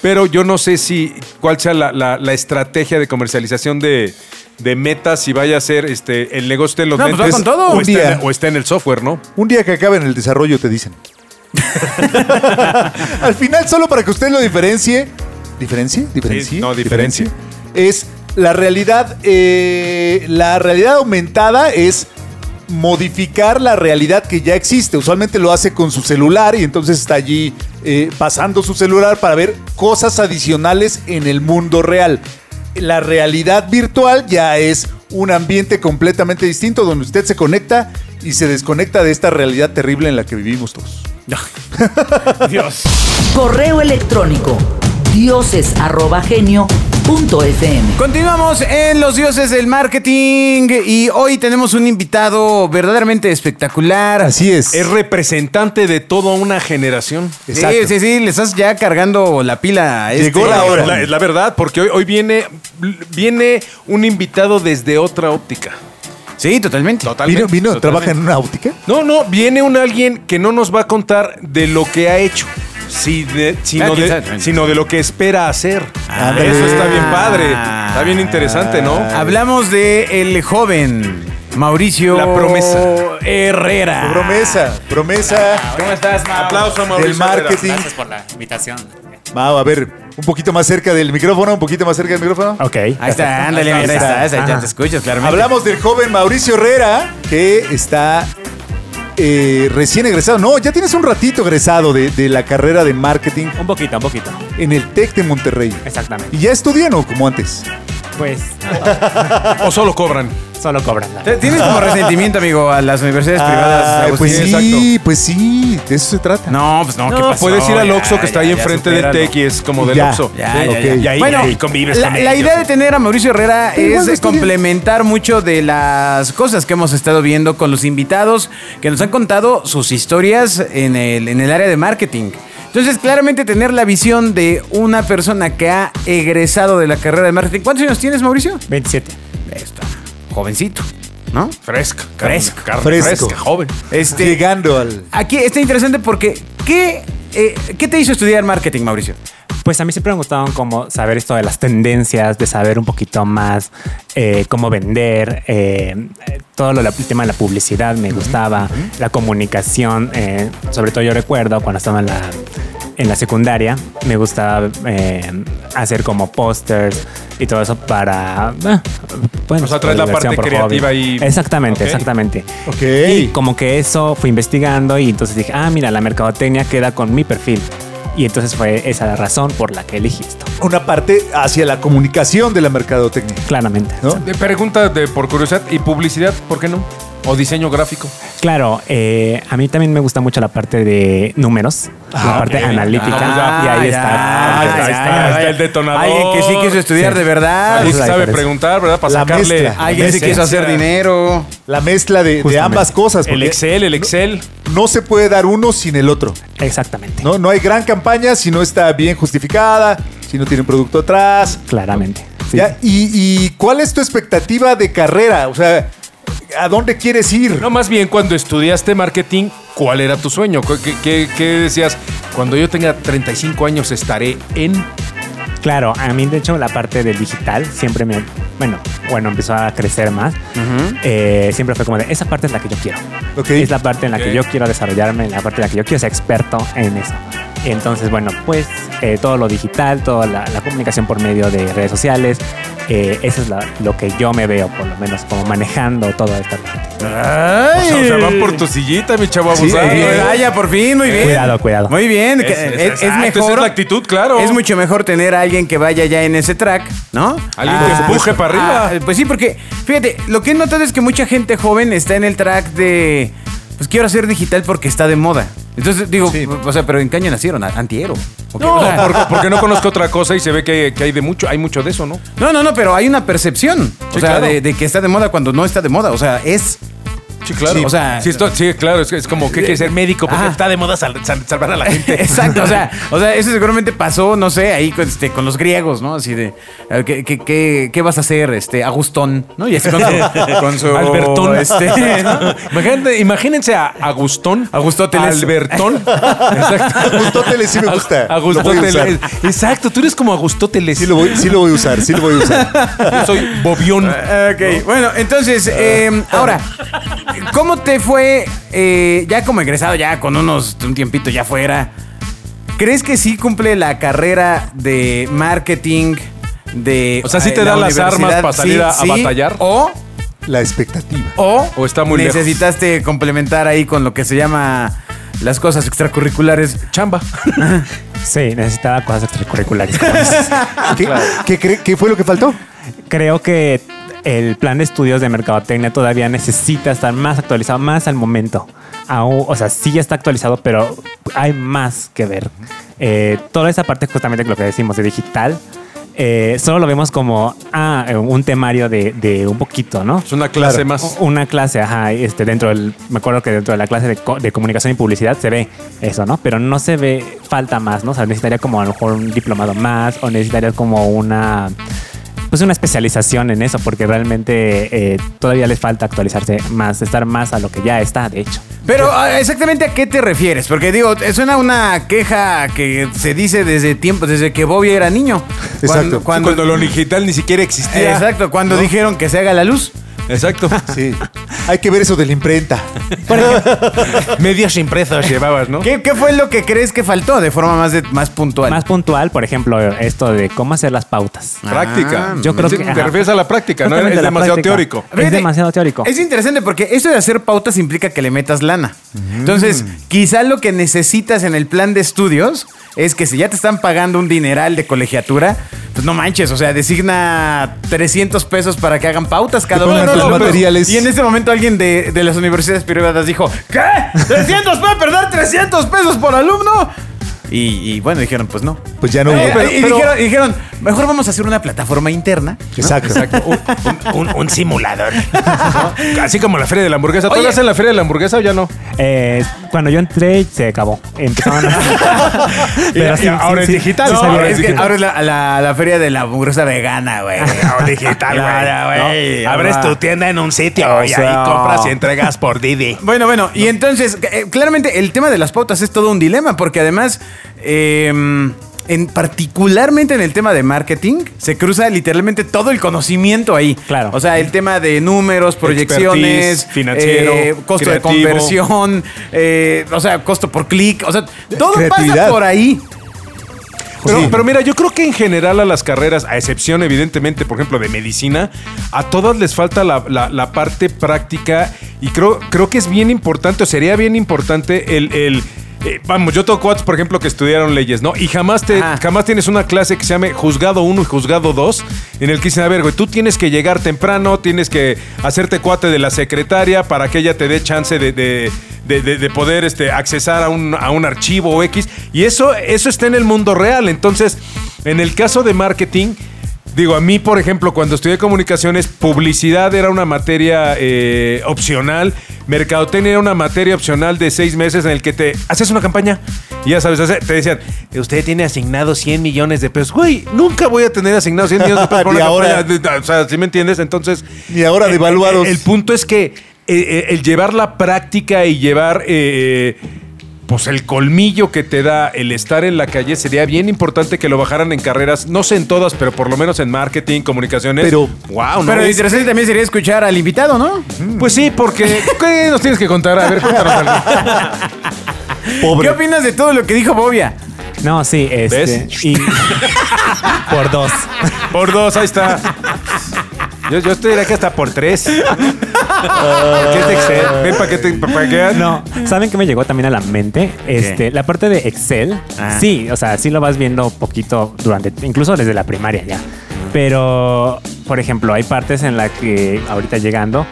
Speaker 5: pero yo no sé si cuál sea la, la- la estrategia de comercialización de, de Meta, si vaya a ser este, el negocio de los
Speaker 3: No, pues va
Speaker 5: lentes
Speaker 3: con todo.
Speaker 5: O,
Speaker 4: Un
Speaker 5: está en,
Speaker 4: día.
Speaker 5: o está en el software, ¿no?
Speaker 4: un día que acaben el desarrollo te dicen. Al final, solo para que usted lo diferencie. ¿Diferencie? ¿Diferencie?
Speaker 5: Sí, no, diferencie.
Speaker 4: Es la realidad. eh, la realidad aumentada es modificar la realidad que ya existe. Usualmente lo hace con su celular y entonces está allí eh, pasando su celular para ver cosas adicionales en el mundo real. La realidad virtual ya es un ambiente completamente distinto donde usted se conecta y se desconecta de esta realidad terrible en la que vivimos todos.
Speaker 2: Correo electrónico dioses@genio.fm.
Speaker 3: Continuamos en Los Dioses del Marketing y hoy tenemos un invitado verdaderamente espectacular.
Speaker 4: Así es.
Speaker 5: Es representante de toda una generación.
Speaker 4: Exacto.
Speaker 3: Sí, sí, sí, le estás ya cargando la pila. a este.
Speaker 4: Llegó la hora.
Speaker 5: Es la, es la verdad, porque hoy, hoy viene, viene un invitado desde otra óptica.
Speaker 3: Sí, totalmente.
Speaker 4: Vino,
Speaker 5: Totalmente,
Speaker 4: vino,
Speaker 5: totalmente.
Speaker 4: trabaja en una óptica.
Speaker 5: No, no, viene un alguien que no nos va a contar de lo que ha hecho, si de-
Speaker 3: Ah,
Speaker 5: sino,
Speaker 3: quién
Speaker 5: de,
Speaker 3: sabe, quién
Speaker 5: sino de lo que espera hacer.
Speaker 4: Ándale.
Speaker 5: Eso está bien padre, está bien interesante, ¿no?
Speaker 3: Ah. Hablamos de el joven Mauricio
Speaker 5: La promesa.
Speaker 3: Herrera.
Speaker 4: Promesa, promesa
Speaker 3: Ah. ¿Cómo estás, Mau?
Speaker 5: Aplauso, Mauricio.
Speaker 4: del marketing.
Speaker 6: Gracias por la invitación.
Speaker 4: Mau, a ver, un poquito más cerca del micrófono, un poquito más cerca del micrófono.
Speaker 7: Ok.
Speaker 3: Ahí está, ándale,
Speaker 4: Ahí
Speaker 3: mira, ahí
Speaker 4: está.
Speaker 3: estás, ahí ya te escuchas, claramente.
Speaker 4: Hablamos del joven Mauricio Herrera, que está eh, recién egresado. No, ya tienes un ratito egresado de, de la carrera de marketing
Speaker 7: Un poquito, un poquito.
Speaker 4: en el TEC de Monterrey.
Speaker 7: Exactamente.
Speaker 4: ¿Y ya estudian o como antes?
Speaker 7: Pues
Speaker 5: O solo cobran.
Speaker 7: solo cobran. la-
Speaker 3: Te- Tienes como resentimiento, amigo, a las universidades privadas.
Speaker 4: Ah,
Speaker 3: Agustín?
Speaker 4: pues sí, pues sí, de eso se trata.
Speaker 3: No, pues no, ¿qué
Speaker 5: No,
Speaker 3: pasó?
Speaker 5: puedes ir al
Speaker 3: Ya,
Speaker 5: Oxxo que está ahí
Speaker 3: ya, ya,
Speaker 5: enfrente del
Speaker 3: supéralo.
Speaker 5: Tech y es como del
Speaker 4: Ya,
Speaker 5: Oxxo.
Speaker 3: Ya,
Speaker 4: Sí,
Speaker 3: ya,
Speaker 4: ok.
Speaker 3: ya.
Speaker 4: Y
Speaker 7: ahí-
Speaker 3: bueno,
Speaker 7: ahí convives
Speaker 3: la,
Speaker 7: con
Speaker 3: la
Speaker 7: ellos.
Speaker 3: idea de tener a Mauricio Herrera
Speaker 4: Pero
Speaker 3: es
Speaker 4: bueno,
Speaker 3: eh,
Speaker 4: está bien.
Speaker 3: complementar mucho de las cosas que hemos estado viendo con los invitados que nos han contado sus historias en el, en el área de marketing. Entonces, claramente tener la visión de una persona que ha egresado de la carrera de marketing. ¿Cuántos años tienes, Mauricio?
Speaker 7: 27.
Speaker 3: Está jovencito, ¿no?
Speaker 5: Fresca.
Speaker 3: Fresco.
Speaker 5: Carne
Speaker 4: Fresco.
Speaker 5: fresca, joven.
Speaker 3: Este,
Speaker 4: Llegando al...
Speaker 3: aquí está interesante porque ¿qué, eh, ¿qué te hizo estudiar marketing, Mauricio?
Speaker 7: Pues a mí siempre me gustaban como saber esto de las tendencias, de saber un poquito más eh, cómo vender, eh, todo lo- el tema de la publicidad me gustaba, la comunicación, eh, sobre todo yo recuerdo cuando estaba en la, en la secundaria, me gustaba eh, hacer como pósters y todo eso para... eh, bueno,
Speaker 5: O sea, traes la
Speaker 7: diversión
Speaker 5: parte
Speaker 7: por
Speaker 5: creativa y-
Speaker 7: Exactamente,
Speaker 5: Ok.
Speaker 7: exactamente.
Speaker 4: Ok.
Speaker 7: Y como que eso fui investigando y entonces dije, ah, mira, la mercadotecnia queda con mi perfil. Y entonces fue esa la razón por la que elegí esto.
Speaker 4: Una parte hacia la comunicación de la mercadotecnia.
Speaker 7: Claramente.
Speaker 4: ¿No?
Speaker 5: De- Pregunta de, por curiosidad y publicidad, ¿por qué no? O diseño gráfico.
Speaker 7: Claro, eh, a mí también me gusta mucho la parte de números, la parte analítica.
Speaker 5: Ah,
Speaker 7: y ahí
Speaker 3: ya,
Speaker 7: está.
Speaker 5: ahí está, ahí está el detonador.
Speaker 3: Alguien que sí quiso estudiar
Speaker 7: Sí.
Speaker 3: de verdad.
Speaker 5: Alguien
Speaker 7: es
Speaker 5: que
Speaker 7: la
Speaker 5: sabe
Speaker 7: diferencia.
Speaker 5: preguntar, ¿verdad? Para
Speaker 4: La
Speaker 5: sacarle.
Speaker 4: mezcla.
Speaker 3: Alguien sí
Speaker 4: Esencia.
Speaker 3: quiso hacer dinero.
Speaker 4: La mezcla de- de,
Speaker 7: Justamente.
Speaker 4: ambas cosas.
Speaker 5: El
Speaker 4: porque
Speaker 5: Excel, el Excel.
Speaker 4: No se puede dar uno sin el otro.
Speaker 7: Exactamente.
Speaker 4: No, no hay gran campaña si no está bien justificada, si no tiene un producto atrás.
Speaker 7: Claramente. sí.
Speaker 4: Ya, y, y cuál es tu expectativa de carrera? O sea, ¿a dónde quieres ir?
Speaker 5: No, más bien cuando estudiaste marketing, ¿cuál era tu sueño? ¿Qué- ¿Qué, qué- qué decías? Cuando yo tenga 35 años estaré en.
Speaker 7: Claro, a mí de hecho la parte del digital siempre me, bueno, bueno, empezó a crecer más. Eh, siempre fue como de, esa parte es la que yo quiero.
Speaker 4: Ok.
Speaker 7: Es la parte en la
Speaker 5: Ok.
Speaker 7: que yo quiero desarrollarme, en la parte en la que yo quiero ser experto en eso. Entonces, bueno, pues eh, todo lo digital, toda la, la comunicación por medio de redes sociales, eh, eso es la- lo que yo me veo, por lo menos, como manejando toda esta parte.
Speaker 5: O sea, o sea, van por tu sillita, mi chavo
Speaker 4: Sí,
Speaker 5: abusado.
Speaker 4: eh,
Speaker 5: ¿eh?
Speaker 3: Ah, ya, por fin, muy bien.
Speaker 7: Cuidado, cuidado.
Speaker 3: Muy bien. que-
Speaker 5: Es- es-
Speaker 3: Es, es
Speaker 5: exacto,
Speaker 3: mejor.
Speaker 5: esa es la actitud, claro.
Speaker 3: Es mucho mejor tener a alguien que vaya ya en ese track, ¿no? Ah,
Speaker 5: Alguien que empuje para arriba.
Speaker 3: pues sí, porque fíjate, lo que he notado es que mucha gente joven está en el track de. Pues quiero hacer digital porque está de moda. Entonces digo,
Speaker 4: Sí.
Speaker 3: o sea, pero en qué año nacieron, antiero. ¿O qué?
Speaker 5: No,
Speaker 3: O sea,
Speaker 5: porque, porque no conozco otra cosa y se ve que, que hay de mucho, hay mucho de eso, ¿no?
Speaker 3: No, no, no, pero hay una percepción.
Speaker 5: Sí,
Speaker 3: o sea,
Speaker 5: claro.
Speaker 3: de, de que está de moda cuando no está de moda. O sea, es.
Speaker 5: Sí,
Speaker 3: claro.
Speaker 5: o sea, sí, esto- sí, claro, es, es como que hay que ser médico porque
Speaker 3: Ajá.
Speaker 5: está de moda sal- sal- salvar a la gente.
Speaker 3: Exacto, o sea, o sea, eso seguramente pasó, no sé, ahí con, este, con los griegos, ¿no? Así de, eh, ¿qué, qué, qué, qué vas a hacer, este, Agustón, ¿no? Y así con su, con su-
Speaker 5: Albertón.
Speaker 3: este, ¿no?
Speaker 5: Imagínate- imagínense a Agustón.
Speaker 3: Agustóteles.
Speaker 5: Albertón. Exacto.
Speaker 4: Agustóteles sí me gusta.
Speaker 5: A-
Speaker 4: Lo voy a usar.
Speaker 5: Agustóteles. Exacto, tú eres como Agustóteles.
Speaker 4: Sí lo, voy, sí lo voy a usar, sí lo voy a usar.
Speaker 5: Yo soy Bobión.
Speaker 3: Ok, bueno, entonces, eh, ahora, ¿cómo te fue eh, ya como egresado, ya con unos, un tiempito ya fuera? ¿Crees que sí cumple la carrera de marketing de... eh,
Speaker 5: O sea, ¿sí te
Speaker 3: la
Speaker 5: dan las armas
Speaker 3: universidad?
Speaker 5: para salir a- a batallar?
Speaker 3: O,
Speaker 4: La expectativa.
Speaker 3: o,
Speaker 5: O está muy lejos.
Speaker 3: necesitaste complementar ahí con lo que se llama las cosas extracurriculares.
Speaker 5: Chamba.
Speaker 7: Sí, necesitaba cosas extracurriculares.
Speaker 5: Ah,
Speaker 4: ¿Qué, qué cre- qué fue lo que faltó?
Speaker 7: Creo que el plan de estudios de mercadotecnia todavía necesita estar más actualizado, más al momento. Aún- o sea, sí ya está actualizado, pero hay más que ver. Eh, toda esa parte, justamente lo que decimos de digital, eh, solo lo vemos como ah, eh, un temario de, de un poquito, ¿no?
Speaker 5: Es una clase más.
Speaker 7: Una clase, ajá, este, dentro del, me acuerdo que dentro de la clase de, co- de comunicación y publicidad se ve eso, ¿no? Pero no se ve falta más, ¿no? O sea, necesitaría como a lo mejor un diplomado más o necesitaría como una, pues una especialización en eso, porque realmente eh, todavía les falta actualizarse más, estar más a lo que ya está, de hecho.
Speaker 3: Pero ah, exactamente a qué te refieres, porque digo, eh, suena una queja que se dice desde tiempo, desde que Bobby era niño.
Speaker 4: Exacto.
Speaker 5: Cuando,
Speaker 3: Cuando, cuando-
Speaker 5: lo digital ni siquiera existía.
Speaker 3: exacto, cuando dijeron que se haga la luz.
Speaker 5: Exacto.
Speaker 4: Sí. Hay que ver eso de la imprenta.
Speaker 5: Medias impresas llevabas, ¿no?
Speaker 3: ¿Qué, qué fue lo que crees que faltó de forma más, de- más puntual?
Speaker 7: Más puntual, por ejemplo, esto de cómo hacer las pautas.
Speaker 5: Práctica.
Speaker 7: Ah, Yo creo
Speaker 5: Sí,
Speaker 7: que-
Speaker 5: Te
Speaker 7: ajá.
Speaker 5: refieres a la práctica, Ah, ¿no?
Speaker 7: Justamente
Speaker 5: Es
Speaker 7: la
Speaker 5: demasiado
Speaker 7: práctica.
Speaker 5: teórico.
Speaker 7: Es demasiado teórico.
Speaker 3: Es interesante porque esto de hacer pautas implica que le metas lana.
Speaker 4: Mm.
Speaker 3: Entonces, quizá lo que necesitas en el plan de estudios es que si ya te están pagando un dineral de colegiatura, pues no manches, o sea, designa 300 pesos para que hagan pautas cada
Speaker 4: Que
Speaker 3: uno
Speaker 4: pongan
Speaker 3: de
Speaker 4: tus
Speaker 3: tus
Speaker 4: materiales.
Speaker 3: Y en este momento alguien de, de las universidades privadas dijo, ¿qué? ¿300 para perder 300 pesos por alumno? Y, y bueno, dijeron, pues no.
Speaker 4: Pues ya no
Speaker 3: Eh,
Speaker 4: hubo.
Speaker 3: y- y, dijeron, y dijeron, mejor vamos a hacer una plataforma interna.
Speaker 4: Exacto.
Speaker 5: Un, simulador. Así como la feria de la hamburguesa.
Speaker 3: Oye.
Speaker 5: ¿Todavía hacen la feria de la hamburguesa o ya no?
Speaker 7: Eh, cuando yo entré, se acabó. Empezaban a...
Speaker 5: Y- y ahora es digital.
Speaker 7: sí
Speaker 3: No,
Speaker 7: sabía
Speaker 3: ahora
Speaker 7: que
Speaker 3: es, que ahora es la, la- la feria de la hamburguesa vegana, güey. O digital, güey. Abres tu
Speaker 6: tienda en un sitio y
Speaker 3: sea-
Speaker 6: ahí compras y entregas por Didi.
Speaker 3: Bueno, bueno, y entonces, eh, claramente el tema de las pautas es todo un dilema, porque además, eh, en, particularmente en el tema de marketing, se cruza literalmente todo el conocimiento ahí.
Speaker 7: Claro.
Speaker 3: O sea, el tema de números, proyecciones,
Speaker 5: Expertise, financiero,
Speaker 3: eh, costo
Speaker 5: creativo.
Speaker 3: de conversión, eh, o sea, costo por clic, o sea, todo pasa
Speaker 4: Creatividad.
Speaker 3: por ahí.
Speaker 5: Pero,
Speaker 4: Sí.
Speaker 5: pero mira, yo creo que en general a las carreras, a excepción evidentemente, por ejemplo, de medicina, a todas les falta la, la- la parte práctica y creo, creo que es bien importante, o sería bien importante el... el, eh, vamos, yo tengo cuates, por ejemplo, que estudiaron leyes, ¿no? Y jamás, te,
Speaker 3: Ajá.
Speaker 5: jamás tienes una clase que se llame juzgado 1 y juzgado 2, en el que dicen, a ver, güey, tú tienes que llegar temprano, tienes que hacerte cuate de la secretaria para que ella te dé chance de, de- de- de- de poder este, accesar a un, a un archivo o X. Y eso, eso está en el mundo real. Entonces, en el caso de marketing, digo, a mí, por ejemplo, cuando estudié comunicaciones, publicidad era una materia eh, opcional, mercadotecnia era una materia opcional de seis meses en el que te haces una campaña. Y ya sabes, hace- te decían, usted tiene asignado 100 millones de pesos. Güey, nunca voy a tener asignado 100 millones de pesos. por
Speaker 4: Ni
Speaker 5: una
Speaker 4: ahora.
Speaker 5: campaña. O sea, ¿sí me entiendes? Entonces.
Speaker 4: Ni ahora
Speaker 5: eh,
Speaker 4: devaluados.
Speaker 5: eh, El, punto es que eh, eh, el llevar la práctica y llevar. eh, pues el colmillo que te da el estar en la calle sería bien importante que lo bajaran en carreras, no sé en todas, pero por lo menos en marketing, comunicaciones.
Speaker 4: Pero-
Speaker 5: wow, ¿no?
Speaker 3: Pero lo interesante también sería escuchar al invitado, ¿no?
Speaker 5: Pues sí, porque ¿qué nos tienes que contar? A ver, cuéntanos algo.
Speaker 3: ¿Qué opinas de todo lo que dijo Bobia?
Speaker 7: No, sí, este.
Speaker 5: ¿Ves?
Speaker 7: Y por dos.
Speaker 5: Por dos, ahí está. Yo, yo te diría que hasta por tres. ¿Qué te excede? Ven para que te para que veas.
Speaker 7: No, ¿saben qué me llegó también a la mente? Este, la parte de Excel.
Speaker 3: Ah.
Speaker 7: Sí, o sea, sí lo vas viendo poquito durante, incluso desde la primaria ya. Pero, por ejemplo, hay partes en las que ahorita llegando,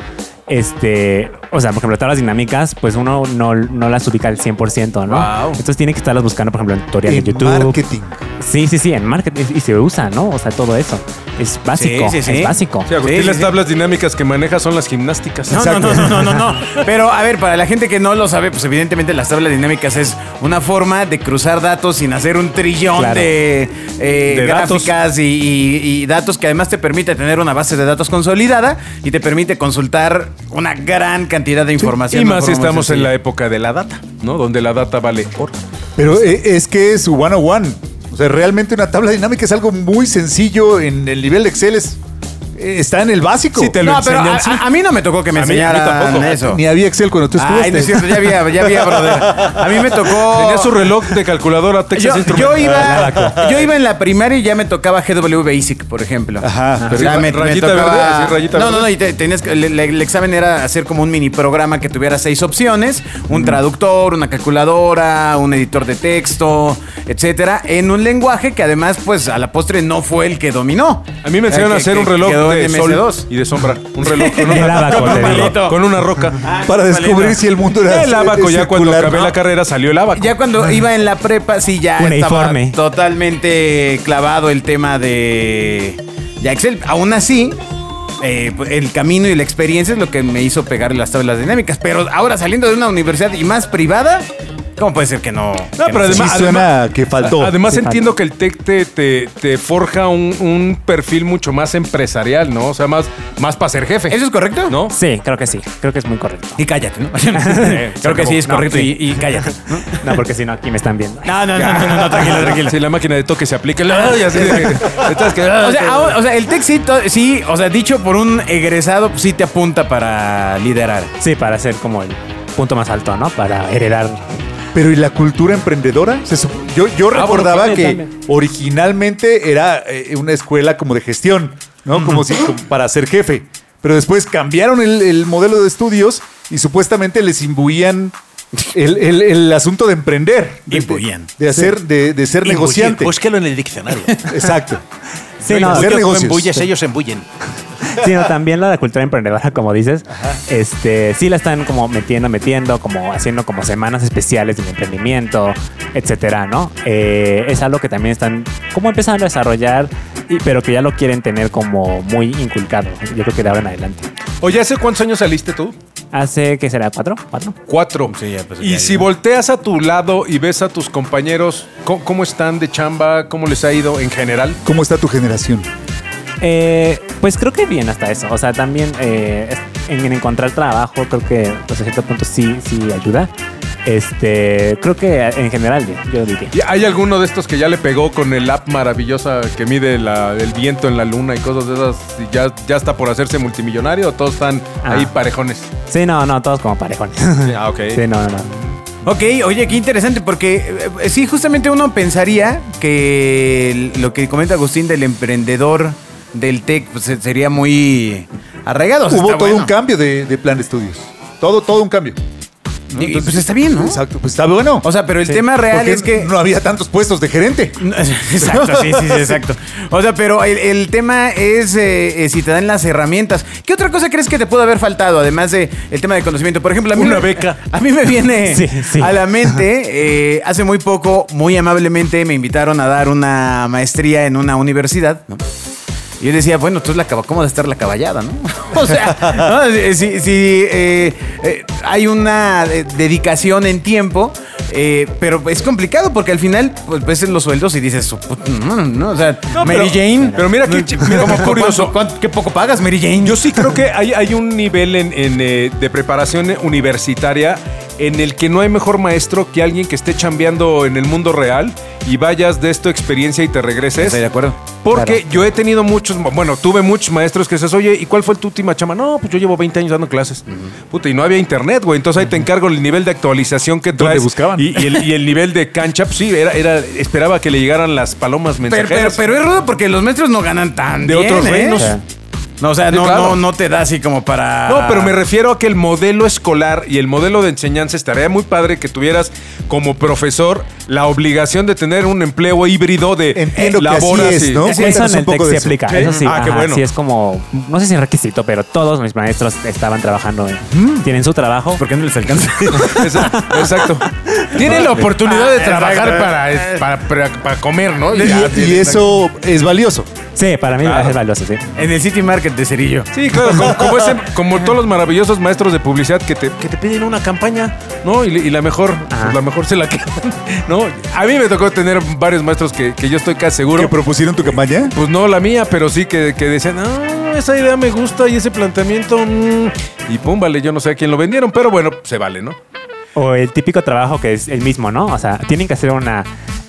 Speaker 7: este, o sea, por ejemplo, tablas dinámicas, pues uno no, no las ubica al 100%, ¿no?
Speaker 5: Wow.
Speaker 7: Entonces tiene que estarlas buscando, por ejemplo, en tutoriales
Speaker 4: En
Speaker 7: de YouTube.
Speaker 4: marketing.
Speaker 7: Sí, sí, sí, en marketing. Y se usa, ¿no? O sea, todo eso. Es básico.
Speaker 3: sí, sí.
Speaker 7: Es básico.
Speaker 5: Sí, Agustín,
Speaker 3: Sí, sí,
Speaker 5: las
Speaker 3: sí.
Speaker 5: tablas dinámicas que manejas son las gimnásticas.
Speaker 3: No, no, no, no, no, no, no. Pero a ver, para la gente que no lo sabe, pues evidentemente las tablas dinámicas es una forma de cruzar datos sin hacer un trillón
Speaker 7: Claro.
Speaker 3: de, eh,
Speaker 5: De datos.
Speaker 3: gráficas y, y- y datos que además te permite tener una base de datos consolidada y te permite consultar una gran cantidad de información.
Speaker 5: Y
Speaker 3: de
Speaker 5: más si
Speaker 3: forma muy
Speaker 5: estamos en
Speaker 3: sencilla.
Speaker 5: la época de la data, ¿no? Donde la data vale oro.
Speaker 4: Pero eh, es que es one one. O sea, realmente una tabla dinámica es algo muy sencillo en el nivel de Excel. es- eh, está en el básico.
Speaker 5: Sí, te lo
Speaker 3: No, pero a,
Speaker 5: enseñan, sí.
Speaker 3: a- a mí no me tocó que me
Speaker 5: A mí- a mí
Speaker 3: enseñaran
Speaker 5: tampoco.
Speaker 3: eso.
Speaker 4: Ni había Excel cuando tú estuviste.
Speaker 3: Ay, no es cierto, ya había, ya había, brother. A mí me tocó...
Speaker 5: Tenía su reloj de calculadora Texas
Speaker 3: Yo,
Speaker 5: Instruments.
Speaker 3: yo
Speaker 5: Ah,
Speaker 3: iba, yo iba en la primaria y ya me tocaba GW Basic, por ejemplo. Ajá.
Speaker 5: Pero iba- rayita verde, así, rayita
Speaker 3: no,
Speaker 5: verde.
Speaker 3: no, no. Y te- tenías que- le- le- el examen era hacer como un mini programa que tuviera seis opciones: un
Speaker 5: Mm.
Speaker 3: traductor, una calculadora, un editor de texto, etcétera, en un lenguaje que además, pues a la postre no fue el que dominó.
Speaker 5: A mí me enseñaron a
Speaker 3: Que-
Speaker 5: hacer
Speaker 3: que-
Speaker 5: un
Speaker 3: que
Speaker 5: reloj
Speaker 3: quedó
Speaker 5: de
Speaker 3: en
Speaker 5: sol
Speaker 3: MS2.
Speaker 5: y de sombra. Un reloj con
Speaker 7: El
Speaker 5: una,
Speaker 7: abaco,
Speaker 5: con un
Speaker 7: te digo.
Speaker 5: palito, con una roca.
Speaker 4: Para descubrir si el mundo era
Speaker 5: El abaco, ya cuando
Speaker 4: circular,
Speaker 5: acabé
Speaker 4: ¿no?
Speaker 5: la carrera salió el abaco.
Speaker 3: Ya cuando iba en la prepa, sí, ya
Speaker 7: Uniforme.
Speaker 3: estaba totalmente clavado el tema de ya Excel. Aún así, eh, pues, el camino y la experiencia es lo que me hizo pegar las tablas dinámicas. Pero ahora saliendo de una universidad y más privada, ¿cómo puede ser que no?
Speaker 5: No,
Speaker 3: que
Speaker 5: pero
Speaker 3: no
Speaker 5: además-
Speaker 4: sí suena que faltó.
Speaker 5: Además
Speaker 7: Sí,
Speaker 5: entiendo que el TEC te, te, te forja un, un perfil mucho más empresarial, ¿no? O sea, más, más para ser
Speaker 3: se-
Speaker 5: jefe.
Speaker 3: ¿Eso es correcto?
Speaker 5: ¿No?
Speaker 7: Sí, creo que sí. Creo que es muy correcto.
Speaker 3: Y cállate, ¿no? Creo que sí es
Speaker 7: No,
Speaker 3: correcto
Speaker 7: sí.
Speaker 3: y, y cállate. ¿no?
Speaker 7: No, porque si no, aquí me están viendo.
Speaker 3: No, no, no, no, no, no, tranquilo, tranquilo.
Speaker 5: Si la máquina de toque se aplica. ¡ay! así de- estás que-
Speaker 3: O sea, ahora- o sea, el TEC sí, to- sí, o sea, dicho por un egresado, pues, sí te apunta para liderar.
Speaker 7: Sí, para ser como el punto más alto, ¿no? Para heredar.
Speaker 4: Pero ¿y la cultura emprendedora? Se supo- yo yo
Speaker 7: bueno,
Speaker 4: recordaba
Speaker 7: también,
Speaker 4: que
Speaker 7: también.
Speaker 4: originalmente era eh, una escuela como de gestión, ¿no? Como si como para ser jefe. Pero después cambiaron el, el modelo de estudios y supuestamente les imbuían el, el- el asunto de emprender. De,
Speaker 3: Imbuían.
Speaker 4: De, hacer, de, de ser negociante.
Speaker 6: Búsquelo en el diccionario.
Speaker 4: Exacto.
Speaker 7: Sí, no,
Speaker 4: Hacer
Speaker 6: Tú
Speaker 4: negocios.
Speaker 6: embulles, ellos embullen.
Speaker 7: sino también la de cultura emprendedora, como dices. Este, sí la están como metiendo, metiendo, como haciendo como semanas especiales del emprendimiento, etcétera, ¿no? Eh, es algo que también están como empezando a desarrollar, y- pero que ya lo quieren tener como muy inculcado. Yo creo que de ahora en adelante.
Speaker 5: Oye, ¿hace cuántos años saliste tú?
Speaker 7: Hace, ¿qué será? ¿Cuatro? ¿Cuatro?
Speaker 5: Cuatro. y si volteas a tu lado y ves a tus compañeros, ¿cómo, cómo están de chamba? ¿Cómo les ha ido en general?
Speaker 4: ¿Cómo está tu generación?
Speaker 7: Eh, pues creo que bien hasta eso. O sea, también eh, es- en, en encontrar trabajo, creo que pues, a cierto punto sí, sí ayuda. Este, creo que en general, yo- yo diría.
Speaker 5: ¿Y ¿Hay alguno de estos que ya le pegó con el app maravillosa que mide la- el viento en la luna y cosas de esas? Y ya, ya está por hacerse multimillonario o todos están
Speaker 7: Ah.
Speaker 5: ahí parejones?
Speaker 7: Sí, no, no, todos como parejones.
Speaker 5: Ah, ok.
Speaker 7: Sí, no, no, no.
Speaker 3: Ok, oye, qué interesante, porque eh, eh, sí, justamente uno pensaría que el- lo que comenta Agustín del emprendedor del tech pues, eh, sería muy arraigado. o sea,
Speaker 4: Hubo
Speaker 3: Pues está
Speaker 4: todo
Speaker 3: bueno.
Speaker 4: un cambio de, de plan de estudios. Todo, todo un cambio.
Speaker 3: Y- y, pues está bien, ¿no?
Speaker 4: Exacto, pues está bueno.
Speaker 3: O sea, pero el
Speaker 4: Sí.
Speaker 3: tema real
Speaker 4: Porque
Speaker 3: es que-
Speaker 4: No había tantos puestos de gerente.
Speaker 3: No, Exacto, sí, sí, sí, exacto. O sea, pero el, el tema es eh, eh, si te dan las herramientas. ¿Qué otra cosa crees que te pudo haber faltado, además de el tema de conocimiento? Por ejemplo, a mí
Speaker 5: Una
Speaker 3: me-
Speaker 5: beca.
Speaker 3: A mí me viene
Speaker 7: Sí, sí.
Speaker 3: a la mente, eh, hace muy poco, muy amablemente, me invitaron a dar una maestría en una universidad, ¿no? Y yo decía, bueno, tú es la caba- ¿cómo de estar la caballada, no? O sea, ¿no? si, si- si, eh, eh, hay una de- dedicación en tiempo, eh, pero es complicado porque al final, pues ves los sueldos y dices, "Put- no, no, no", o sea,
Speaker 5: No,
Speaker 3: Mary
Speaker 5: pero-
Speaker 3: Jane.
Speaker 5: pero mira qué ch- mira
Speaker 3: ¿Cómo-
Speaker 5: qué curioso.
Speaker 3: cuánto- cuánto- ¿Qué poco pagas, Mary Jane?
Speaker 5: Yo sí creo que hay, hay un nivel en, en, eh, de preparación universitaria en el que no hay mejor maestro que alguien que esté chambeando en el mundo real y vayas de esto experiencia y te regreses.
Speaker 3: Estoy de acuerdo.
Speaker 5: Porque yo he tenido muchos, bueno, tuve muchos maestros que dices, oye, ¿y cuál fue tu última chama? No, pues yo llevo 20 años dando clases. Puta, y no había internet, güey. Entonces ahí te encargo el nivel de actualización que
Speaker 4: ¿Dónde
Speaker 5: traes.
Speaker 4: buscaban?
Speaker 5: Y, y el, y el nivel de cancha, pues sí, era, era, esperaba que le llegaran las palomas
Speaker 3: Pero,
Speaker 5: mensajeras.
Speaker 3: pero, pero es rudo porque los maestros no ganan tan
Speaker 5: De
Speaker 3: bien,
Speaker 5: otros
Speaker 3: ¿eh?
Speaker 5: reinos.
Speaker 3: No, o sea,
Speaker 5: Sí,
Speaker 3: no,
Speaker 5: claro.
Speaker 3: no, no te da así como para.
Speaker 5: No, pero me refiero a que el modelo escolar y el modelo de enseñanza estaría muy padre que tuvieras como profesor la obligación de tener un empleo híbrido de
Speaker 4: Entiendo que
Speaker 5: laboras
Speaker 4: así es,
Speaker 5: y-
Speaker 4: ¿no?
Speaker 7: eso
Speaker 4: Cuéntanos
Speaker 7: en
Speaker 4: un
Speaker 7: el
Speaker 4: poco
Speaker 7: TEC
Speaker 4: de
Speaker 7: se
Speaker 4: eso.
Speaker 7: aplica.
Speaker 5: ¿Sí?
Speaker 7: Eso sí,
Speaker 5: Ah, qué
Speaker 7: ajá,
Speaker 5: bueno.
Speaker 7: sí es como, no sé si es requisito, pero todos mis maestros estaban trabajando, en- tienen su trabajo.
Speaker 3: ¿Por qué no les alcanza?
Speaker 5: Esa- Exacto. Tienen la oportunidad de trabajar para, para, para- para comer, ¿no?
Speaker 4: Y,
Speaker 5: Ya
Speaker 4: y
Speaker 5: tienen-
Speaker 4: eso es valioso.
Speaker 7: Sí, para mí
Speaker 5: Claro.
Speaker 7: es valioso, sí.
Speaker 3: en el City Market de Cerillo.
Speaker 5: Sí, claro, como, como ese- como todos los maravillosos maestros de publicidad que te, que te piden una campaña, ¿no? Y, le- y la mejor,
Speaker 7: Ajá.
Speaker 5: pues la mejor se la quedan, ¿no? A mí me tocó tener varios maestros que, que yo estoy casi seguro.
Speaker 4: ¿Que propusieron tu campaña?
Speaker 5: Pues no la mía, pero sí que, que decían, ah, esa idea me gusta y ese planteamiento. mm". Y pum, vale, yo no sé a quién lo vendieron, pero bueno, se vale, ¿no?
Speaker 7: O el típico trabajo que es el mismo, ¿no? O sea, tienen que hacer una,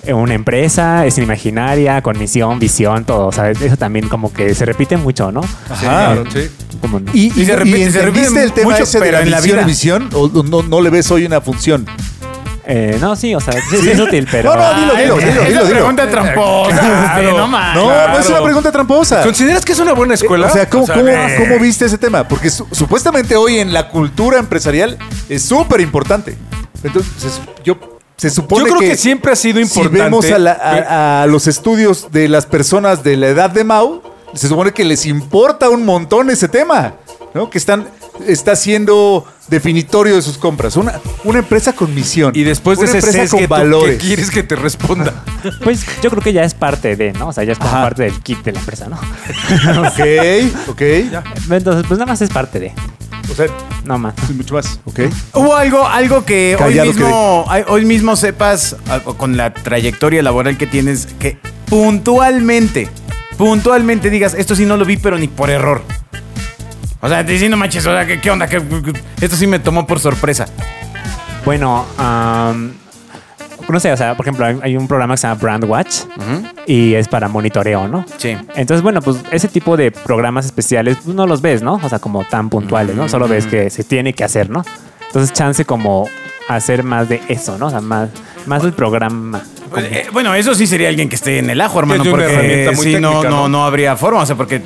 Speaker 7: una empresa, es imaginaria, con misión, visión, todo. O sea, eso también como que se repite mucho, ¿no?
Speaker 5: Ajá. Claro, sí.
Speaker 7: Como no.
Speaker 4: Y,
Speaker 3: Y
Speaker 4: y-
Speaker 3: se repite-
Speaker 4: y
Speaker 3: se repite
Speaker 4: entendiste el tema
Speaker 3: mucho,
Speaker 4: ese de
Speaker 3: pero
Speaker 4: la
Speaker 3: en la
Speaker 4: misión
Speaker 3: vida.
Speaker 4: y visión, o no, no- no le ves hoy una función.
Speaker 7: Eh, no, sí, o sea, sí, sí es útil, pero... ah,
Speaker 4: No, no, dilo, dilo, dilo,
Speaker 3: es
Speaker 4: dilo,
Speaker 3: una
Speaker 4: dilo.
Speaker 3: pregunta tramposa. sí, no más.
Speaker 4: No,
Speaker 5: claro.
Speaker 4: no es una pregunta tramposa.
Speaker 5: ¿Consideras que es una buena escuela?
Speaker 4: O sea, ¿cómo,
Speaker 5: O sea,
Speaker 4: cómo-
Speaker 5: eh,
Speaker 4: cómo viste ese tema? Porque su- supuestamente hoy en la cultura empresarial es súper importante. Entonces, se su- yo, se supone
Speaker 5: Yo creo que,
Speaker 4: que,
Speaker 5: siempre ha sido importante.
Speaker 4: si vemos a, la- a- a los estudios de las personas de la edad de Mao, se supone que les importa un montón ese tema, ¿no? Que están, está siendo definitorio de sus compras. Una, una empresa con misión.
Speaker 5: y después de
Speaker 4: Una
Speaker 5: ese
Speaker 4: empresa
Speaker 5: sesgo,
Speaker 4: con
Speaker 5: ¿tú ¿qué
Speaker 4: valores.
Speaker 5: quieres que te responda?
Speaker 7: Pues yo creo que ya es parte de, ¿no? O sea, ya es como
Speaker 4: Ajá.
Speaker 7: parte del kit de la empresa, ¿no?
Speaker 4: ok, ok.
Speaker 7: Entonces, pues nada más es parte de,
Speaker 4: O sea,
Speaker 7: no más.
Speaker 4: sí, mucho más. Ok.
Speaker 3: Hubo algo, algo que hoy
Speaker 4: Callado
Speaker 3: mismo, ay, hoy mismo sepas, ah, con la trayectoria laboral que tienes, que puntualmente, puntualmente digas, esto sí no lo vi, pero ni por error. O sea, diciendo manches, o sea, ¿qué, qué onda? ¿Qué- qué- qué? esto sí me tomó por sorpresa.
Speaker 7: Bueno, am, no sé, o sea, por ejemplo, hay, hay un programa que se llama Brand Watch y es para monitoreo, ¿no?
Speaker 3: Sí.
Speaker 7: Entonces, bueno, pues ese tipo de programas especiales pues, no los ves, ¿no? O sea, como tan puntuales, ¿no? Solo ves que se tiene que hacer, ¿no? Entonces, chance como hacer más de eso, ¿no? O sea, más, más del programa.
Speaker 3: Pues, eh, bueno, eso sí sería alguien que esté en el ajo, hermano,
Speaker 5: Es una
Speaker 3: porque
Speaker 5: herramienta muy
Speaker 3: sí, no,
Speaker 5: técnica,
Speaker 3: no,
Speaker 5: ¿no?
Speaker 3: no habría forma, o sea, porque eh,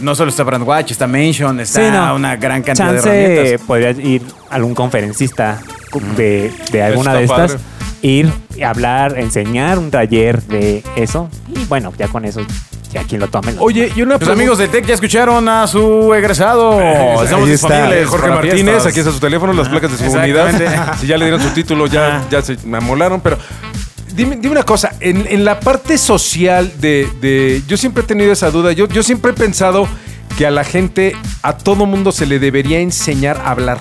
Speaker 3: no solo está Brandwatch, está Mention, está
Speaker 7: Sí, no.
Speaker 3: una gran cantidad
Speaker 7: chance
Speaker 3: de herramientas.
Speaker 7: podría ir algún conferencista cu- de, de alguna
Speaker 5: Está
Speaker 7: de estas,
Speaker 5: padre.
Speaker 7: ir y hablar, enseñar un taller de eso. Y bueno, ya con eso, ya quien lo tome. lo
Speaker 5: Oye, y una
Speaker 3: Los
Speaker 5: pregunta-
Speaker 3: amigos de Tech ya escucharon a su egresado. Estamos
Speaker 4: está.
Speaker 3: disponibles.
Speaker 5: Jorge
Speaker 3: para
Speaker 5: Martínez,
Speaker 3: fiestas.
Speaker 5: aquí está su teléfono, las placas de su
Speaker 3: exactamente.
Speaker 5: unidad. Si ya le dieron su título, ya, ya se me amolaron, pero. Dime, dime una cosa, en, en la parte social de, de- Yo siempre he tenido esa duda. Yo, yo siempre he pensado que a la gente, a todo mundo se le debería enseñar a hablar.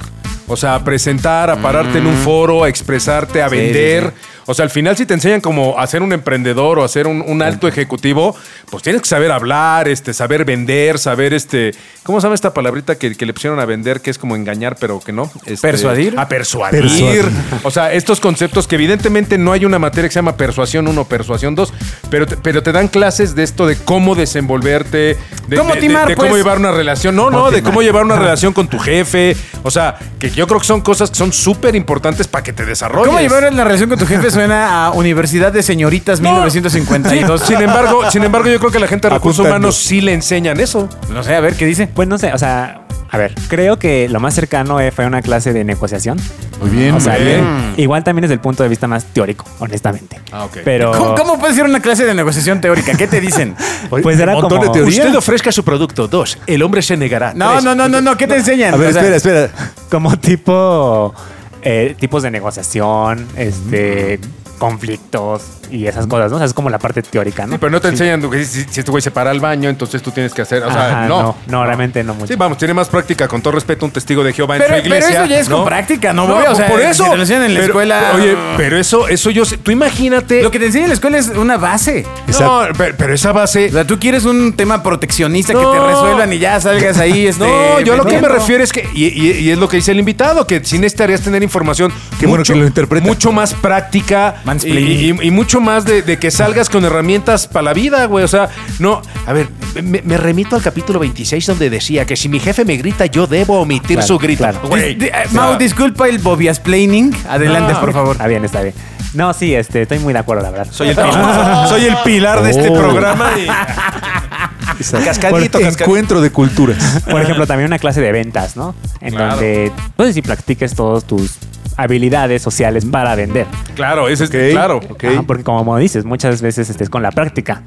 Speaker 5: O sea, a presentar, a pararte en un foro, a expresarte, a
Speaker 3: Mm. Sí, sí,
Speaker 5: vender.
Speaker 3: sí.
Speaker 5: O sea, al final si te enseñan como a ser un emprendedor o a ser un, un alto ejecutivo, pues tienes que saber hablar, este, saber vender, saber este... ¿Cómo se llama esta palabrita que, que le pusieron a vender? Que es como engañar, pero que no. Este,
Speaker 3: Persuadir.
Speaker 5: A persuadir.
Speaker 4: Persuadir.
Speaker 5: O sea, estos conceptos que evidentemente no hay una materia que se llama persuasión 1, persuasión 2, pero te, pero te dan clases de esto de cómo desenvolverte, de,
Speaker 3: ¿Cómo
Speaker 5: de- de-
Speaker 3: timar,
Speaker 5: de cómo
Speaker 3: pues?
Speaker 5: llevar una relación. No, no, de
Speaker 7: timar.
Speaker 5: cómo llevar una relación con tu jefe. O sea, que yo creo que son cosas que son súper importantes para que te desarrolles.
Speaker 3: ¿Cómo llevar la relación con tu jefe? Suena a Universidad de Señoritas 1952.
Speaker 5: Sin embargo, sin embargo, yo creo que a la gente de recursos
Speaker 4: Apuntando.
Speaker 5: humanos sí le enseñan eso.
Speaker 3: no sé, a ver qué dice.
Speaker 7: Pues no sé, o sea, a ver, creo que lo más cercano eh, fue una clase de negociación.
Speaker 4: Muy bien.
Speaker 7: O sea,
Speaker 5: Bien.
Speaker 7: bien, igual también desde el punto de vista más teórico, honestamente.
Speaker 5: Ah, ok.
Speaker 7: Pero
Speaker 3: ¿Cómo, cómo puedes ir a una clase de negociación teórica? ¿Qué te dicen?
Speaker 4: Oye,
Speaker 7: Pues era
Speaker 4: un montón
Speaker 7: como-
Speaker 4: de teoría.
Speaker 6: Usted ofrezca su producto. Dos, el hombre se negará.
Speaker 3: No,
Speaker 6: Tres,
Speaker 3: no, no, no, no, ¿qué te enseñan?
Speaker 4: A ver,
Speaker 3: O sea,
Speaker 4: espera, espera.
Speaker 7: como tipo eh, tipos de negociación, este conflictos y esas cosas, ¿no? O sea, es como la parte teórica, ¿no?
Speaker 5: Sí, pero no te enseñan que si, si este güey se para al baño, entonces tú tienes que hacer. O sea,
Speaker 7: Ajá,
Speaker 5: no.
Speaker 7: no, realmente no mucho.
Speaker 5: Sí, vamos, tiene más práctica, con todo respeto, un testigo de Jehová en
Speaker 3: Pero,
Speaker 5: su
Speaker 3: pero
Speaker 5: iglesia.
Speaker 3: eso ya es
Speaker 5: ¿no?
Speaker 3: con práctica, ¿no? voy, o sea,
Speaker 5: por eso.
Speaker 3: Si te lo enseñan en la
Speaker 5: Pero-
Speaker 3: escuela.
Speaker 5: Oye, pero eso, eso yo sé. Tú imagínate.
Speaker 3: Lo que te enseñan en la escuela es una base.
Speaker 5: no, pero, pero esa base.
Speaker 3: O sea, tú quieres un tema proteccionista que
Speaker 5: No.
Speaker 3: te resuelvan y ya salgas ahí. Este,
Speaker 5: no, yo a lo que me
Speaker 3: vendiendo.
Speaker 5: refiero es que, y, y- y es lo que dice el invitado, que sí necesitarías tener información
Speaker 4: Qué bueno que lo interpreta.
Speaker 5: mucho más práctica y,
Speaker 3: Mansplaining.
Speaker 5: y- y mucho más de, de que salgas con herramientas para la vida, güey. O sea, no,
Speaker 6: A ver, me, me remito al capítulo 26 donde decía que si mi jefe me grita, yo debo omitir
Speaker 7: Claro,
Speaker 6: su grito.
Speaker 7: claro.
Speaker 6: Güey,
Speaker 3: Dis- di- eh,
Speaker 6: o sea,
Speaker 3: Mau, disculpa el bobias planning. Adelante,
Speaker 5: Ah.
Speaker 3: por favor.
Speaker 7: Está bien, está bien. No, sí, este, estoy muy de acuerdo, la verdad.
Speaker 6: soy el pilar, soy el pilar de este
Speaker 4: Oh.
Speaker 6: programa. y- cascadito, cascadito.
Speaker 4: Encuentro de culturas.
Speaker 7: Por ejemplo, también una clase de ventas, ¿no? En
Speaker 5: Claro.
Speaker 7: donde, no sé si practiques todas tus habilidades sociales para vender.
Speaker 5: claro, ese
Speaker 4: Ok,
Speaker 5: es claro.
Speaker 4: ok.
Speaker 7: Ajá, porque como dices, muchas veces estés con la práctica.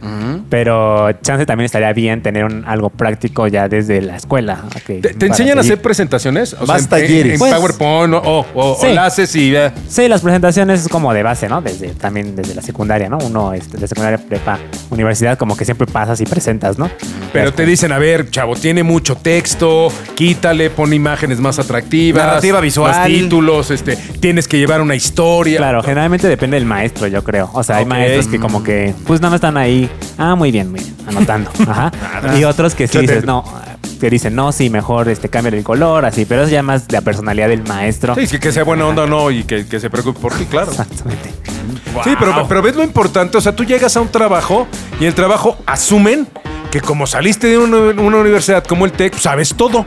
Speaker 7: Pero chance también estaría bien tener un- algo práctico ya desde la escuela. ok,
Speaker 5: ¿Te, te
Speaker 7: para
Speaker 5: enseñan a
Speaker 7: seguir.
Speaker 5: hacer presentaciones? O
Speaker 4: Más
Speaker 5: en- en-
Speaker 4: talleres.
Speaker 5: En,
Speaker 7: Pues-
Speaker 5: PowerPoint o, o, o-
Speaker 7: Sí.
Speaker 5: o la haces y ya.
Speaker 7: Sí, las presentaciones es como de base, ¿no? Desde también desde la secundaria, ¿no? Uno este, de secundaria, prepa, universidad, como que siempre pasas y presentas, ¿no?
Speaker 5: Pero te dicen, a ver, chavo, tiene mucho texto, quítale, pon imágenes más atractivas.
Speaker 3: Narrativa visual.
Speaker 5: Más títulos, este, tienes que llevar una historia.
Speaker 7: Claro, generalmente depende del maestro, yo creo. O sea, hay
Speaker 5: Ok.
Speaker 7: maestros que como que, pues nada más están ahí, ah, muy bien, muy bien, anotando. Ajá. Y otros que sí
Speaker 5: Fíjate.
Speaker 7: dices, no, que dicen, no, sí, mejor este, cambia el color, así, pero eso ya más de la personalidad del maestro.
Speaker 5: Sí, que, que sea buena onda o no y que, que se preocupe por ti, claro.
Speaker 7: Exactamente.
Speaker 5: Sí, pero, pero ves lo importante. O sea, tú llegas a un trabajo y el trabajo asumen que como saliste de una, una universidad como el TEC, sabes todo.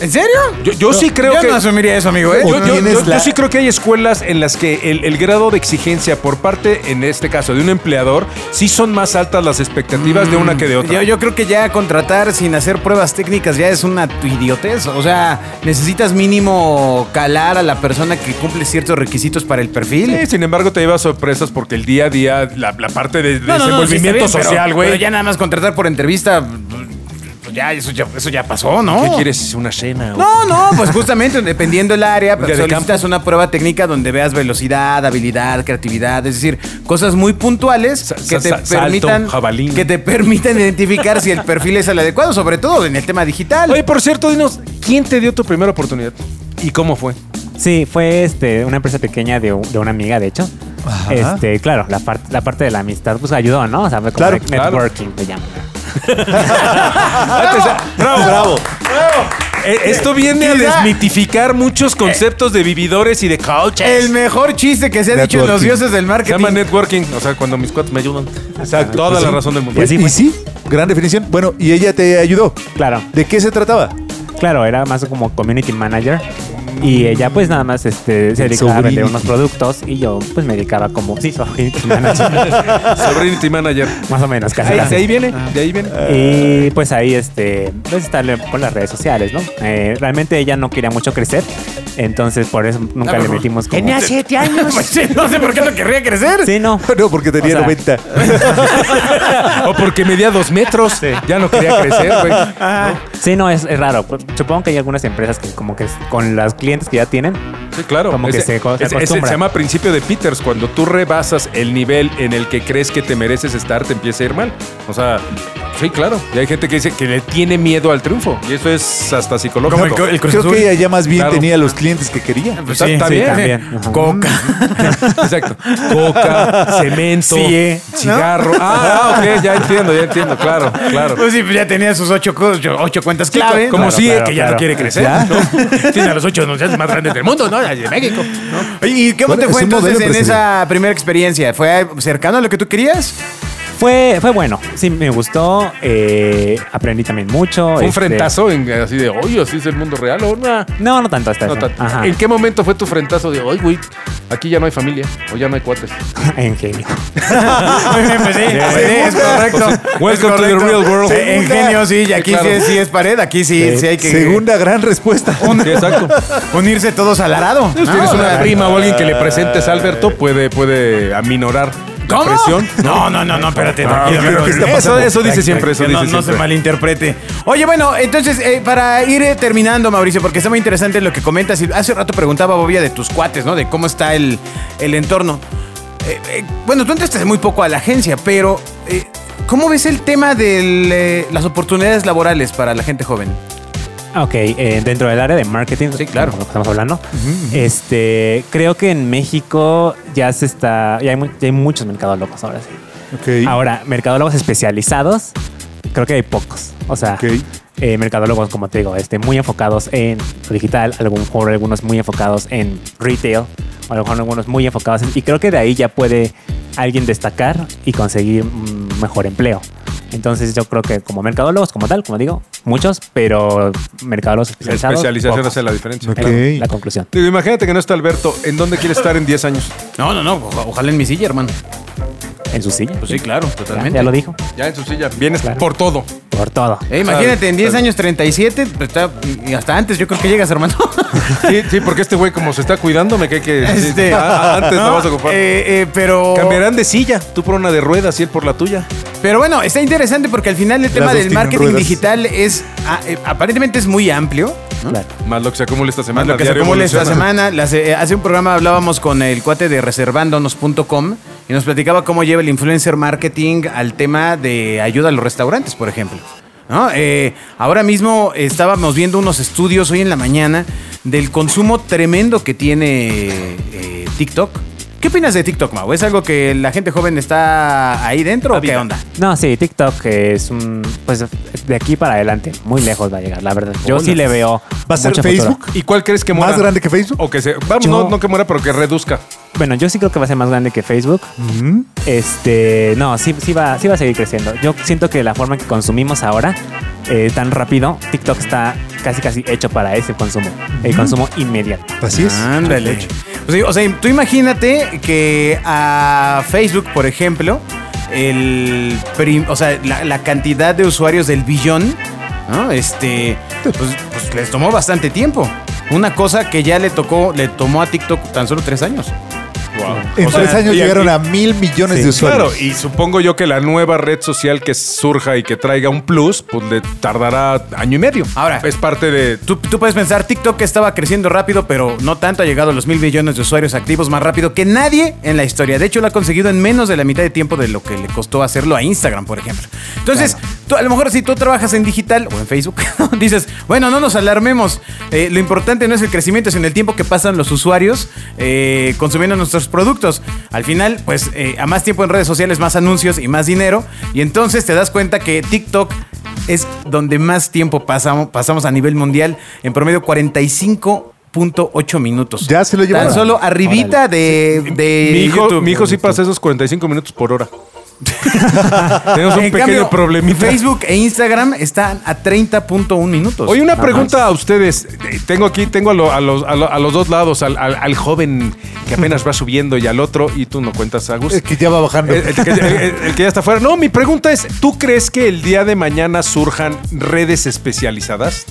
Speaker 3: ¿En serio?
Speaker 5: Yo, yo sí creo
Speaker 3: yo
Speaker 5: que...
Speaker 3: no asumiría eso, amigo. ¿eh?
Speaker 5: Yo,
Speaker 4: O
Speaker 5: yo- yo-
Speaker 4: tienes
Speaker 5: yo
Speaker 4: la-
Speaker 5: sí creo que hay escuelas en las que el, el grado de exigencia por parte, en este caso, de un empleador, sí son más altas las expectativas de una que de otra.
Speaker 3: Mm, Yo, yo creo que ya contratar sin hacer pruebas técnicas ya es una tu idiotez. O sea, necesitas mínimo calar a la persona que cumple ciertos requisitos para el perfil.
Speaker 5: Sí, sin embargo, te llevas sorpresas porque el día a día, la, la parte de
Speaker 3: No, no, no, sí está
Speaker 5: desenvolvimiento
Speaker 3: bien, pero-
Speaker 5: social, güey.
Speaker 3: Pero ya nada más contratar por entrevista, pues ya eso ya, eso ya pasó, ¿no?
Speaker 5: ¿Qué quieres? ¿Una cena? o-
Speaker 3: No, no, pues justamente dependiendo del área,
Speaker 5: día de
Speaker 3: solicitas una prueba técnica donde veas velocidad, habilidad, creatividad, es decir, cosas muy puntuales
Speaker 5: Sa-
Speaker 3: que
Speaker 5: sa-
Speaker 3: te
Speaker 5: sa- salto,
Speaker 3: permitan
Speaker 5: jabalí.
Speaker 3: que te permitan identificar si el perfil es el adecuado, sobre todo en el tema digital.
Speaker 5: Oye, por cierto, dinos, ¿quién te dio tu primera oportunidad? ¿Y cómo fue?
Speaker 7: Sí, fue este, una empresa pequeña de, u- de una amiga, de hecho. Este, claro, la, parte la parte de la amistad, pues ayudó, ¿no? O sea, fue como
Speaker 4: Claro,
Speaker 7: de
Speaker 5: claro.
Speaker 7: networking, te llaman.
Speaker 5: Antes, ah, bravo, bravo. Eh, Esto viene a
Speaker 3: Quizá-
Speaker 5: desmitificar muchos conceptos de vividores y de coaches.
Speaker 3: el mejor chiste que se ha dicho en los
Speaker 4: Networking.
Speaker 3: dioses del
Speaker 5: Se llama
Speaker 3: marketing.
Speaker 5: networking, o sea, cuando mis cuates me ayudan. O sea, toda la razón del mundo.
Speaker 7: Pues sí,
Speaker 4: ¿Y
Speaker 7: fue.
Speaker 4: sí? Gran definición. Bueno, y ella te ayudó.
Speaker 7: Claro.
Speaker 4: ¿De qué se trataba?
Speaker 7: Claro, era más como community manager. Y ella pues nada más este, se dedicaba a vender
Speaker 4: Sobrinity.
Speaker 7: unos productos y yo pues me dedicaba como, sí, community manager,
Speaker 5: Sovereignty Manager.
Speaker 7: más o menos, casi.
Speaker 5: Ahí-
Speaker 7: casi.
Speaker 5: de ahí viene, de ahí viene.
Speaker 7: Y pues ahí, este, pues estarle con las redes sociales, ¿no? Eh, realmente ella no quería mucho crecer, entonces por eso nunca le metimos como...
Speaker 8: Tenía siete años.
Speaker 3: Pues, no sé por qué no querría crecer.
Speaker 7: Sí, no.
Speaker 4: No, porque tenía
Speaker 7: O sea,
Speaker 4: 90.
Speaker 5: O porque medía dos metros. Ya no quería crecer, güey. Ah,
Speaker 7: Sí, no, es, es raro. Pues, Supongo que hay algunas empresas que como que con los clientes que ya tienen,
Speaker 5: Sí, claro.
Speaker 7: Como que se co- se acostumbra.
Speaker 5: se llama principio de Peters. Cuando tú rebasas el nivel en el que crees que te mereces estar, te empieza a ir mal. O sea, Sí, claro. Y hay gente que dice que le tiene miedo al triunfo. Y eso es hasta psicológico.
Speaker 3: Como el, co- el Cruz
Speaker 4: Creo
Speaker 3: Azul.
Speaker 4: que ella ya más bien
Speaker 5: Claro.
Speaker 4: tenía los clientes que quería.
Speaker 3: Pues
Speaker 5: Está- está bien. ¿eh?
Speaker 7: también. Ajá.
Speaker 3: Coca.
Speaker 5: Exacto. Coca, cemento,
Speaker 7: Sí, ¿eh?
Speaker 5: cigarro. Ah, ah, ok, ya entiendo, ya entiendo, claro, claro.
Speaker 3: Pues sí, pues ya tenía sus ocho, cu- ocho cuentas clave.
Speaker 5: Como
Speaker 3: ¿no?
Speaker 5: si
Speaker 7: claro,
Speaker 5: que ya no
Speaker 7: claro.
Speaker 5: quiere crecer. ¿no? Tiene a los ocho anunciantes más grandes del mundo, ¿no? De México. ¿no?
Speaker 3: Oye, ¿Y cómo
Speaker 4: Bueno,
Speaker 3: te
Speaker 4: es
Speaker 3: fue
Speaker 4: un modelo
Speaker 3: entonces en
Speaker 4: precedente.
Speaker 3: esa primera experiencia? ¿Fue cercano a lo que tú querías?
Speaker 7: Fue, fue bueno, sí, me gustó, eh, aprendí también mucho.
Speaker 5: Fue un
Speaker 7: este,
Speaker 5: frentazo en- así de, oye, así es el mundo real o una.
Speaker 7: No, no tanto hasta
Speaker 5: No,
Speaker 7: eso.
Speaker 5: tan-
Speaker 7: Ajá,
Speaker 5: ¿En qué momento fue tu frentazo de, oye, güey, aquí ya no hay familia o ya no hay cuates?
Speaker 7: en genio.
Speaker 3: pues sí, sí, es correcto.
Speaker 5: Welcome to the real world.
Speaker 3: Sí, en
Speaker 4: Segunda-
Speaker 3: genio, sí, y aquí
Speaker 5: Sí,
Speaker 3: sí,
Speaker 5: claro.
Speaker 3: es, sí es pared, aquí sí, sí hay que
Speaker 4: Segunda gran respuesta.
Speaker 5: Sí, exacto.
Speaker 3: unirse todos al arado.
Speaker 5: Si tienes una prima o alguien que le presentes a
Speaker 4: Ah.
Speaker 5: Alberto, pues, puede, puede aminorar la
Speaker 3: ¿Cómo?
Speaker 5: presión.
Speaker 3: No, no, no, no, espérate.
Speaker 5: Ah,
Speaker 3: tranquilo,
Speaker 5: ok, ok,
Speaker 3: pero
Speaker 5: ¿qué está pasando?
Speaker 3: eso, eso dice
Speaker 5: Tranqui,
Speaker 3: siempre, eso
Speaker 5: tranqui,
Speaker 3: dice
Speaker 5: no- no
Speaker 3: siempre.
Speaker 5: se
Speaker 3: malinterprete. Oye, bueno, entonces, eh, para ir eh, terminando, Mauricio, porque está muy interesante lo que comentas. Y hace rato preguntaba Bobia de tus cuates, ¿no? De cómo está el, el entorno. Eh, eh, bueno, tú entraste muy poco a la agencia, pero eh, ¿cómo ves el tema de las oportunidades laborales para la gente joven?
Speaker 7: Ok, eh, dentro del área de marketing,
Speaker 3: Sí, claro.
Speaker 7: como estamos hablando, este, creo que en México ya se está, ya hay, mu- ya hay muchos mercadólogos ahora sí.
Speaker 4: Ok.
Speaker 3: Ah,
Speaker 7: Ahora, mercadólogos especializados, creo que hay pocos. O sea,
Speaker 4: Ok.
Speaker 7: eh, mercadólogos, como te digo, este, muy enfocados en lo digital, a lo mejor algunos muy enfocados en retail, o a lo mejor algunos muy enfocados en- Y creo que de ahí ya puede alguien destacar y conseguir mm, mejor empleo. Entonces yo creo que como mercadólogos, como tal, como digo, muchos, pero mercadólogos
Speaker 5: La
Speaker 7: especializados...
Speaker 5: especialización
Speaker 7: pocos.
Speaker 5: hace la diferencia.
Speaker 4: Ok.
Speaker 7: Es la- la conclusión.
Speaker 5: Digo, imagínate que no está Alberto. ¿En dónde quiere estar en 10 años?
Speaker 3: No, no, no, o- ojalá en mi silla, hermano.
Speaker 7: En su silla.
Speaker 3: Pues sí, claro,
Speaker 7: ya,
Speaker 3: totalmente.
Speaker 7: ya lo dijo.
Speaker 5: Ya en su silla. Vienes
Speaker 7: Claro.
Speaker 5: por todo.
Speaker 7: Por todo.
Speaker 3: Eh, imagínate, en 10
Speaker 5: Claro.
Speaker 3: años 37, pues, está- y hasta antes yo creo que llegas, hermano.
Speaker 5: Sí, sí, porque este güey, como se está cuidando, me cae que. sí,
Speaker 3: Este,
Speaker 5: ah, antes la
Speaker 3: ¿no?
Speaker 5: vas a ocupar.
Speaker 3: Eh, eh, pero.
Speaker 5: Cambiarán de silla. Tú por una de ruedas y él por la tuya.
Speaker 3: Pero bueno, está interesante porque al final el tema
Speaker 4: dos
Speaker 3: del
Speaker 4: tienen
Speaker 3: marketing
Speaker 4: ruedas.
Speaker 3: digital es. ah, eh, aparentemente es muy amplio.
Speaker 7: Claro.
Speaker 5: Más lo que se acumula esta semana.
Speaker 3: Más lo que se
Speaker 5: diario
Speaker 3: acumula esta
Speaker 5: evoluciona.
Speaker 3: semana. Las, eh, hace un programa hablábamos con el cuate de reservándonos.com y nos platicaba cómo lleva el influencer marketing al tema de ayuda a los restaurantes, por ejemplo. ¿no? Eh, ahora mismo estábamos viendo unos estudios hoy en la mañana del consumo tremendo que tiene eh, TikTok. ¿Qué opinas de TikTok, Mau? ¿Es algo que la gente joven está ahí dentro o qué onda?
Speaker 7: No, sí, TikTok es un. Pues de aquí para adelante, muy lejos va a llegar, la verdad. Yo sí le veo.
Speaker 4: ¿Va a ser
Speaker 7: mucho futuro.
Speaker 4: Facebook?
Speaker 5: ¿Y cuál crees que
Speaker 4: ¿Más
Speaker 5: muera?
Speaker 4: grande que Facebook?
Speaker 5: O que se. Vamos,
Speaker 7: Yo-
Speaker 5: no, no que muera, pero que reduzca.
Speaker 7: Bueno, yo sí creo que va a ser más grande que Facebook. Este. No, sí, sí, va, sí va a seguir creciendo. Yo siento que la forma en que consumimos ahora, eh, tan rápido, TikTok está casi casi hecho para ese consumo. El consumo inmediato.
Speaker 4: Así es.
Speaker 3: Ándale. O sea, o sea, tú imagínate que a Facebook, por ejemplo, el prim- o sea, la, la cantidad de usuarios del billón, ¿no? Este, pues, pues les tomó bastante tiempo. Una cosa que ya le tocó, le tomó a TikTok tan solo tres años.
Speaker 4: En
Speaker 5: O sea,
Speaker 4: tres años
Speaker 5: y-
Speaker 4: llegaron
Speaker 5: y-
Speaker 4: a mil millones
Speaker 7: Sí,
Speaker 4: de
Speaker 5: Claro,
Speaker 4: usuarios.
Speaker 5: y supongo yo que la nueva red social que surja y que traiga un plus, pues le tardará año y medio.
Speaker 3: Ahora.
Speaker 5: es parte de.
Speaker 3: Tú, tú puedes pensar, TikTok estaba creciendo rápido, pero no tanto, ha llegado a los mil millones de usuarios activos más rápido que nadie en la historia. De hecho, lo ha conseguido en menos de la mitad de tiempo de lo que le costó hacerlo a Instagram, por ejemplo. Entonces, tú, a lo mejor si tú trabajas en digital o en Facebook, dices, bueno, no nos alarmemos. Eh, lo importante no es el crecimiento, sino el tiempo que pasan los usuarios eh, consumiendo nuestros productos. Al final, pues, eh, a más tiempo en redes sociales, más anuncios y más dinero. Y entonces te das cuenta que TikTok es donde más tiempo pasamos, pasamos a nivel mundial, en promedio 45.8 minutos.
Speaker 4: Ya se lo llevaron.
Speaker 3: Tan solo arribita de, de
Speaker 5: mi hijo,
Speaker 3: YouTube.
Speaker 5: mi hijo sí pasa esos 45 minutos por hora. Tenemos un
Speaker 3: En
Speaker 5: pequeño
Speaker 3: cambio,
Speaker 5: problemita.
Speaker 3: Facebook e Instagram están a 30.1 minutos.
Speaker 5: Oye, una
Speaker 4: Ah,
Speaker 7: Nada
Speaker 5: pregunta a ustedes. Eh, Tengo aquí, tengo a, lo- a los, a lo- a los dos lados, al, al- al joven que apenas va subiendo y al otro, y tú no cuentas a gusto.
Speaker 4: Eh, que ya va bajando.
Speaker 5: El, el que, el- el- el que ya está fuera. No, mi pregunta es, ¿tú crees que el día de mañana surjan redes especializadas?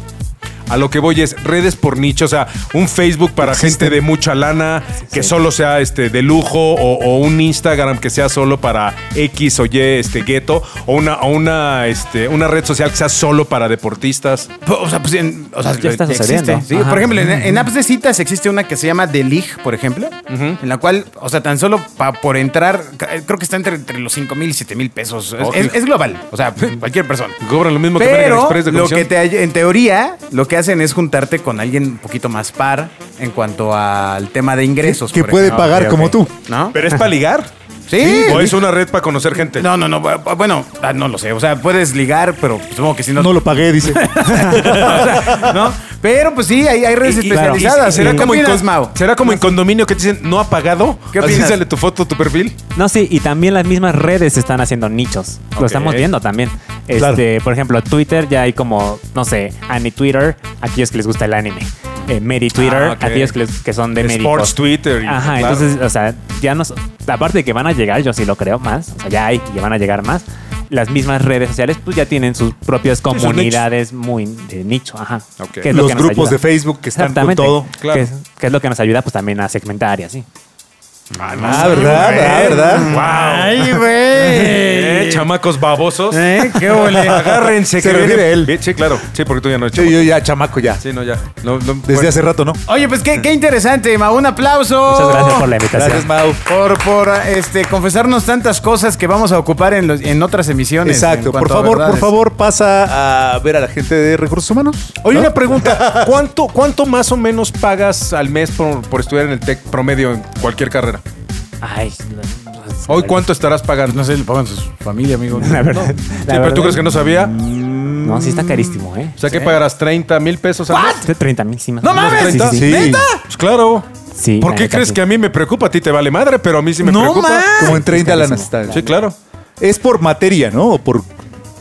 Speaker 6: A lo que voy es redes por nicho, o sea, un Facebook para gente de mucha lana, que solo sea este de lujo, o, o un Instagram que sea solo para X o Y este gueto, o una, o una, este, una red social que sea solo para deportistas.
Speaker 3: O sea, pues en, o sea,
Speaker 7: Ya está
Speaker 3: existe,
Speaker 7: sucediendo.
Speaker 3: sí.
Speaker 7: Ajá.
Speaker 3: Por ejemplo, en, en apps de citas existe una que se llama The League, por ejemplo, en la cual, o sea, tan solo pa- por entrar, eh, creo que está entre, entre los 5 mil y 7 mil pesos. Es-
Speaker 6: Ojo.
Speaker 3: Es, es global, o sea, cualquier persona.
Speaker 6: Cobran lo mismo que American
Speaker 3: Pero
Speaker 6: Express de
Speaker 3: lo
Speaker 6: comisión.
Speaker 3: que te, ay- en teoría, lo que hacen es juntarte con alguien un poquito más par en cuanto al tema de ingresos.
Speaker 4: que
Speaker 3: por
Speaker 4: puede
Speaker 3: ejemplo.
Speaker 4: pagar
Speaker 7: ok,
Speaker 4: como
Speaker 7: ok.
Speaker 4: tú.
Speaker 3: ¿No?
Speaker 6: ¿Pero es para ligar?
Speaker 3: Sí.
Speaker 6: ¿O es una red para conocer gente?
Speaker 3: No, no, no. bu- Bueno, ah, no lo sé. O sea, puedes ligar, pero supongo que si no.
Speaker 4: No lo pagué, dice.
Speaker 3: ¿no? Pero pues sí, hay, hay redes
Speaker 6: Y- y-
Speaker 3: especializadas.
Speaker 6: y- y será
Speaker 3: ¿Qué
Speaker 6: como en
Speaker 3: opinas,
Speaker 6: con-
Speaker 3: Mau?
Speaker 6: será como en condominio que te dicen no ha pagado.
Speaker 3: ¿Qué
Speaker 6: Así
Speaker 3: opinas?
Speaker 6: sale tu foto, tu perfil.
Speaker 7: No, sí, y también las mismas redes están haciendo nichos.
Speaker 6: Ok.
Speaker 7: Lo estamos viendo también. Este,
Speaker 4: Claro.
Speaker 7: Por ejemplo, Twitter ya hay como, no sé, Annie Twitter, aquellos que les gusta el anime. Eh, Mary Twitter,
Speaker 6: Ah, ok.
Speaker 7: aquellos que, les- que son de médicos.
Speaker 6: Sports Twitter. y-
Speaker 7: Ajá,
Speaker 6: claro.
Speaker 7: entonces, o sea, ya nos. Aparte de que van a llegar, yo sí lo creo más, o sea, ya hay y van a llegar más. Las mismas redes sociales, pues ya tienen sus propias
Speaker 6: sus
Speaker 7: comunidades muy de nicho, ajá.
Speaker 6: Ok.
Speaker 7: que es lo
Speaker 4: Los
Speaker 7: que nos
Speaker 4: grupos
Speaker 7: ayuda.
Speaker 4: de Facebook que están con
Speaker 7: Exactamente.
Speaker 4: todo.
Speaker 6: claro.
Speaker 7: Que, es, que es lo que nos ayuda, pues también a segmentar y así.
Speaker 4: Ah, ¿verdad? Ah, ¿verdad?
Speaker 6: ¡Wow!
Speaker 3: Ay, güey.
Speaker 6: Eh, chamacos babosos.
Speaker 3: Eh, qué ole.
Speaker 6: Agárrense.
Speaker 4: Se
Speaker 6: que
Speaker 4: refiere
Speaker 6: viene-
Speaker 4: él.
Speaker 6: Eh, Sí, claro. Sí, porque tú ya no eres
Speaker 4: Sí,
Speaker 6: chamaco.
Speaker 4: yo ya, chamaco, ya.
Speaker 6: Sí, no, ya. No, no,
Speaker 4: Desde
Speaker 6: bueno.
Speaker 4: hace rato, ¿no?
Speaker 3: Oye, pues qué, qué interesante, Mau. Un aplauso.
Speaker 7: Muchas gracias por la invitación.
Speaker 4: Gracias, Mau.
Speaker 3: Por, por este, confesarnos tantas cosas que vamos a ocupar en, los- en otras emisiones.
Speaker 4: Exacto.
Speaker 3: en
Speaker 4: Por
Speaker 3: cuanto a
Speaker 4: favor, por
Speaker 3: verdades.
Speaker 4: favor, pasa a ver a la gente de recursos humanos. ¿Ah?
Speaker 6: Oye,
Speaker 4: ¿no?
Speaker 6: una pregunta. ¿Cuánto, ¿Cuánto más o menos pagas al mes por, por estudiar en el TEC promedio en cualquier carrera?
Speaker 7: Ay,
Speaker 6: ¿Hoy cuánto estarás pagando?
Speaker 3: No sé, le pagan su familia, amigo.
Speaker 7: La verdad. la
Speaker 6: Sí, pero mm.
Speaker 7: verdad-
Speaker 6: tú crees que no sabía.
Speaker 7: No, sí está carísimo, ¿eh?
Speaker 6: O sea, que pagarás 30 mil pesos al mes.
Speaker 7: De 30 mil, sí, más
Speaker 6: ¡No
Speaker 7: o menos.
Speaker 6: mames!
Speaker 7: Sí, sí,
Speaker 4: Sí.
Speaker 7: sí.
Speaker 6: Pues claro.
Speaker 7: Sí,
Speaker 6: ¿Por
Speaker 7: la
Speaker 6: qué
Speaker 7: neta,
Speaker 6: crees
Speaker 7: sí.
Speaker 6: que a mí me preocupa? A ti te vale madre, pero a mí sí me preocupa.
Speaker 4: Como en 30 lanas está.
Speaker 6: Sí, claro.
Speaker 4: Es por materia, ¿no? O por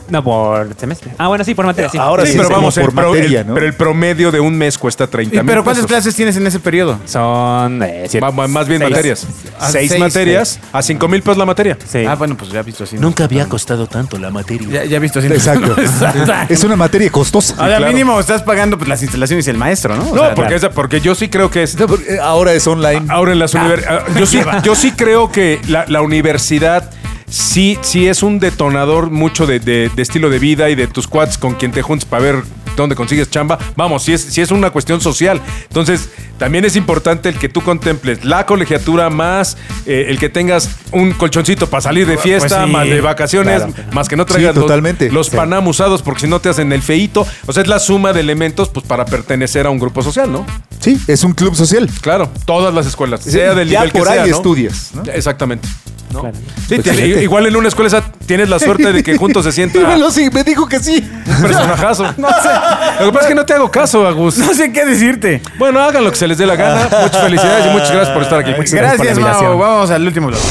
Speaker 7: No, por semestre. Ah, bueno, sí, por materia. Sí.
Speaker 4: Ahora
Speaker 6: Sí,
Speaker 4: sí,
Speaker 6: pero
Speaker 4: como
Speaker 6: vamos, el,
Speaker 4: por
Speaker 6: pro-
Speaker 4: materia,
Speaker 6: el-
Speaker 4: ¿no?
Speaker 6: pero el promedio de un mes cuesta 30
Speaker 3: ¿Y,
Speaker 6: mil
Speaker 3: pero ¿cuántas
Speaker 6: pesos.
Speaker 3: clases tienes en ese periodo?
Speaker 7: Son eh, siete-
Speaker 6: Va- va- más bien
Speaker 7: seis.
Speaker 6: materias.
Speaker 3: Ah,
Speaker 6: seis,
Speaker 3: seis,
Speaker 6: materias a 5 mil pesos la materia.
Speaker 7: Sí.
Speaker 3: Ah, bueno, pues ya visto así. ¿no?
Speaker 9: Nunca había costado tanto la materia.
Speaker 3: Ya, ya visto así. ¿no?
Speaker 4: Exacto.
Speaker 3: Exacto.
Speaker 4: es una materia costosa.
Speaker 3: Ahora
Speaker 6: claro.
Speaker 3: mínimo estás pagando pues, las instalaciones y el maestro, ¿no? O
Speaker 6: No,
Speaker 3: sea,
Speaker 6: porque,
Speaker 7: claro.
Speaker 6: esa- porque yo sí creo que es.
Speaker 4: Eh, Ahora es online.
Speaker 6: Ahora en las universidades. Yo sí, yo sí creo que la, la universidad sí, sí es un detonador mucho de, de- de estilo de vida y de tus quads con quien te juntas para ver dónde consigues chamba. Vamos, sí es, sí es una cuestión social. Entonces, también es importante el que tú contemples la colegiatura más eh, el que tengas un colchoncito para salir de fiesta,
Speaker 3: sí.
Speaker 6: más de vacaciones, más que no
Speaker 4: Sí,
Speaker 6: traigas los-
Speaker 4: totalmente.
Speaker 6: los, panam usados porque si no te hacen el feíto. O sea, es la suma de elementos pues para pertenecer a un grupo social, ¿no?
Speaker 4: Sí, es un club social.
Speaker 6: Claro, todas las escuelas,
Speaker 4: Sí,
Speaker 6: sea del
Speaker 4: ya
Speaker 6: nivel
Speaker 4: por
Speaker 6: que sea,
Speaker 4: ahí
Speaker 6: ¿no?
Speaker 4: estudias, ¿no?
Speaker 6: Exactamente. ¿no?
Speaker 7: Claro.
Speaker 6: Sí,
Speaker 4: Pues
Speaker 6: tiene-
Speaker 4: fíjate.
Speaker 6: igual en una escuela esa tienes la suerte de que juntos se sienta
Speaker 4: Dímelo, sí, me dijo que sí.
Speaker 6: un personajazo. Lo que pasa es que no te hago caso, Agus.
Speaker 3: No sé qué decirte.
Speaker 6: Bueno, hagan lo que se les dé la gana. Muchas felicidades y muchas gracias por estar aquí.
Speaker 3: Gracias, Mau.
Speaker 7: invitación.
Speaker 3: Vamos al último bloque.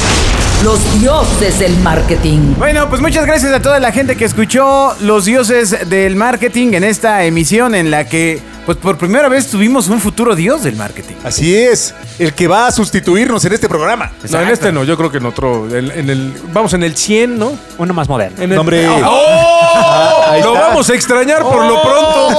Speaker 2: Los dioses del marketing.
Speaker 3: Bueno, pues muchas gracias a toda la gente que escuchó Los Dioses del Marketing en esta emisión en la que, pues por primera vez tuvimos un futuro dios del marketing.
Speaker 4: Así es, el que va a sustituirnos en este programa.
Speaker 6: No, en este no, yo creo que en otro. En, en el, vamos en el 100, ¿no?
Speaker 7: Uno más moderno.
Speaker 6: En el,
Speaker 4: Hombre.
Speaker 6: ¡Oh!
Speaker 4: Ahí
Speaker 6: Lo
Speaker 4: está.
Speaker 6: vamos a extrañar por lo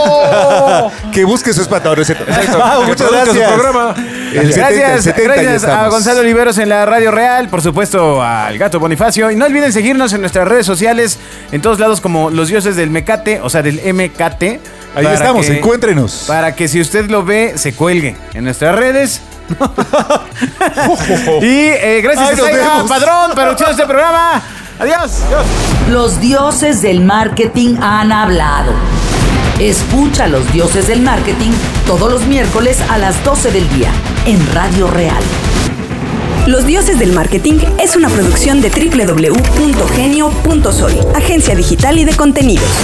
Speaker 6: pronto.
Speaker 4: Que busque su espantador, es cierto.
Speaker 6: ¡Oh! Exacto,
Speaker 4: Mau,
Speaker 6: que
Speaker 4: Ah, muchas
Speaker 6: produzca su
Speaker 4: gracias.
Speaker 6: programa.
Speaker 4: El 70, el
Speaker 3: gracias
Speaker 4: 70 ya
Speaker 3: gracias a
Speaker 4: estamos.
Speaker 3: Gonzalo Oliveros en la Radio Real, por supuesto al Gato Bonifacio. Y no olviden seguirnos en nuestras redes sociales, en todos lados como Los Dioses del Mecate, o sea, del MKT.
Speaker 4: Ahí
Speaker 3: para
Speaker 4: estamos,
Speaker 3: que-
Speaker 4: encuéntrenos.
Speaker 3: Para que si usted lo ve, se cuelgue en nuestras redes. y eh, gracias
Speaker 4: Ay,
Speaker 3: a
Speaker 4: nos
Speaker 3: Saiga
Speaker 4: vemos.
Speaker 3: Padrón, producción de este programa. Adiós.
Speaker 2: Los dioses del marketing han hablado. Escucha a los dioses del marketing todos los miércoles a las 12 del día en Radio Real.
Speaker 1: Los Dioses del Marketing es una producción de www.genio.sol, agencia digital y de contenidos.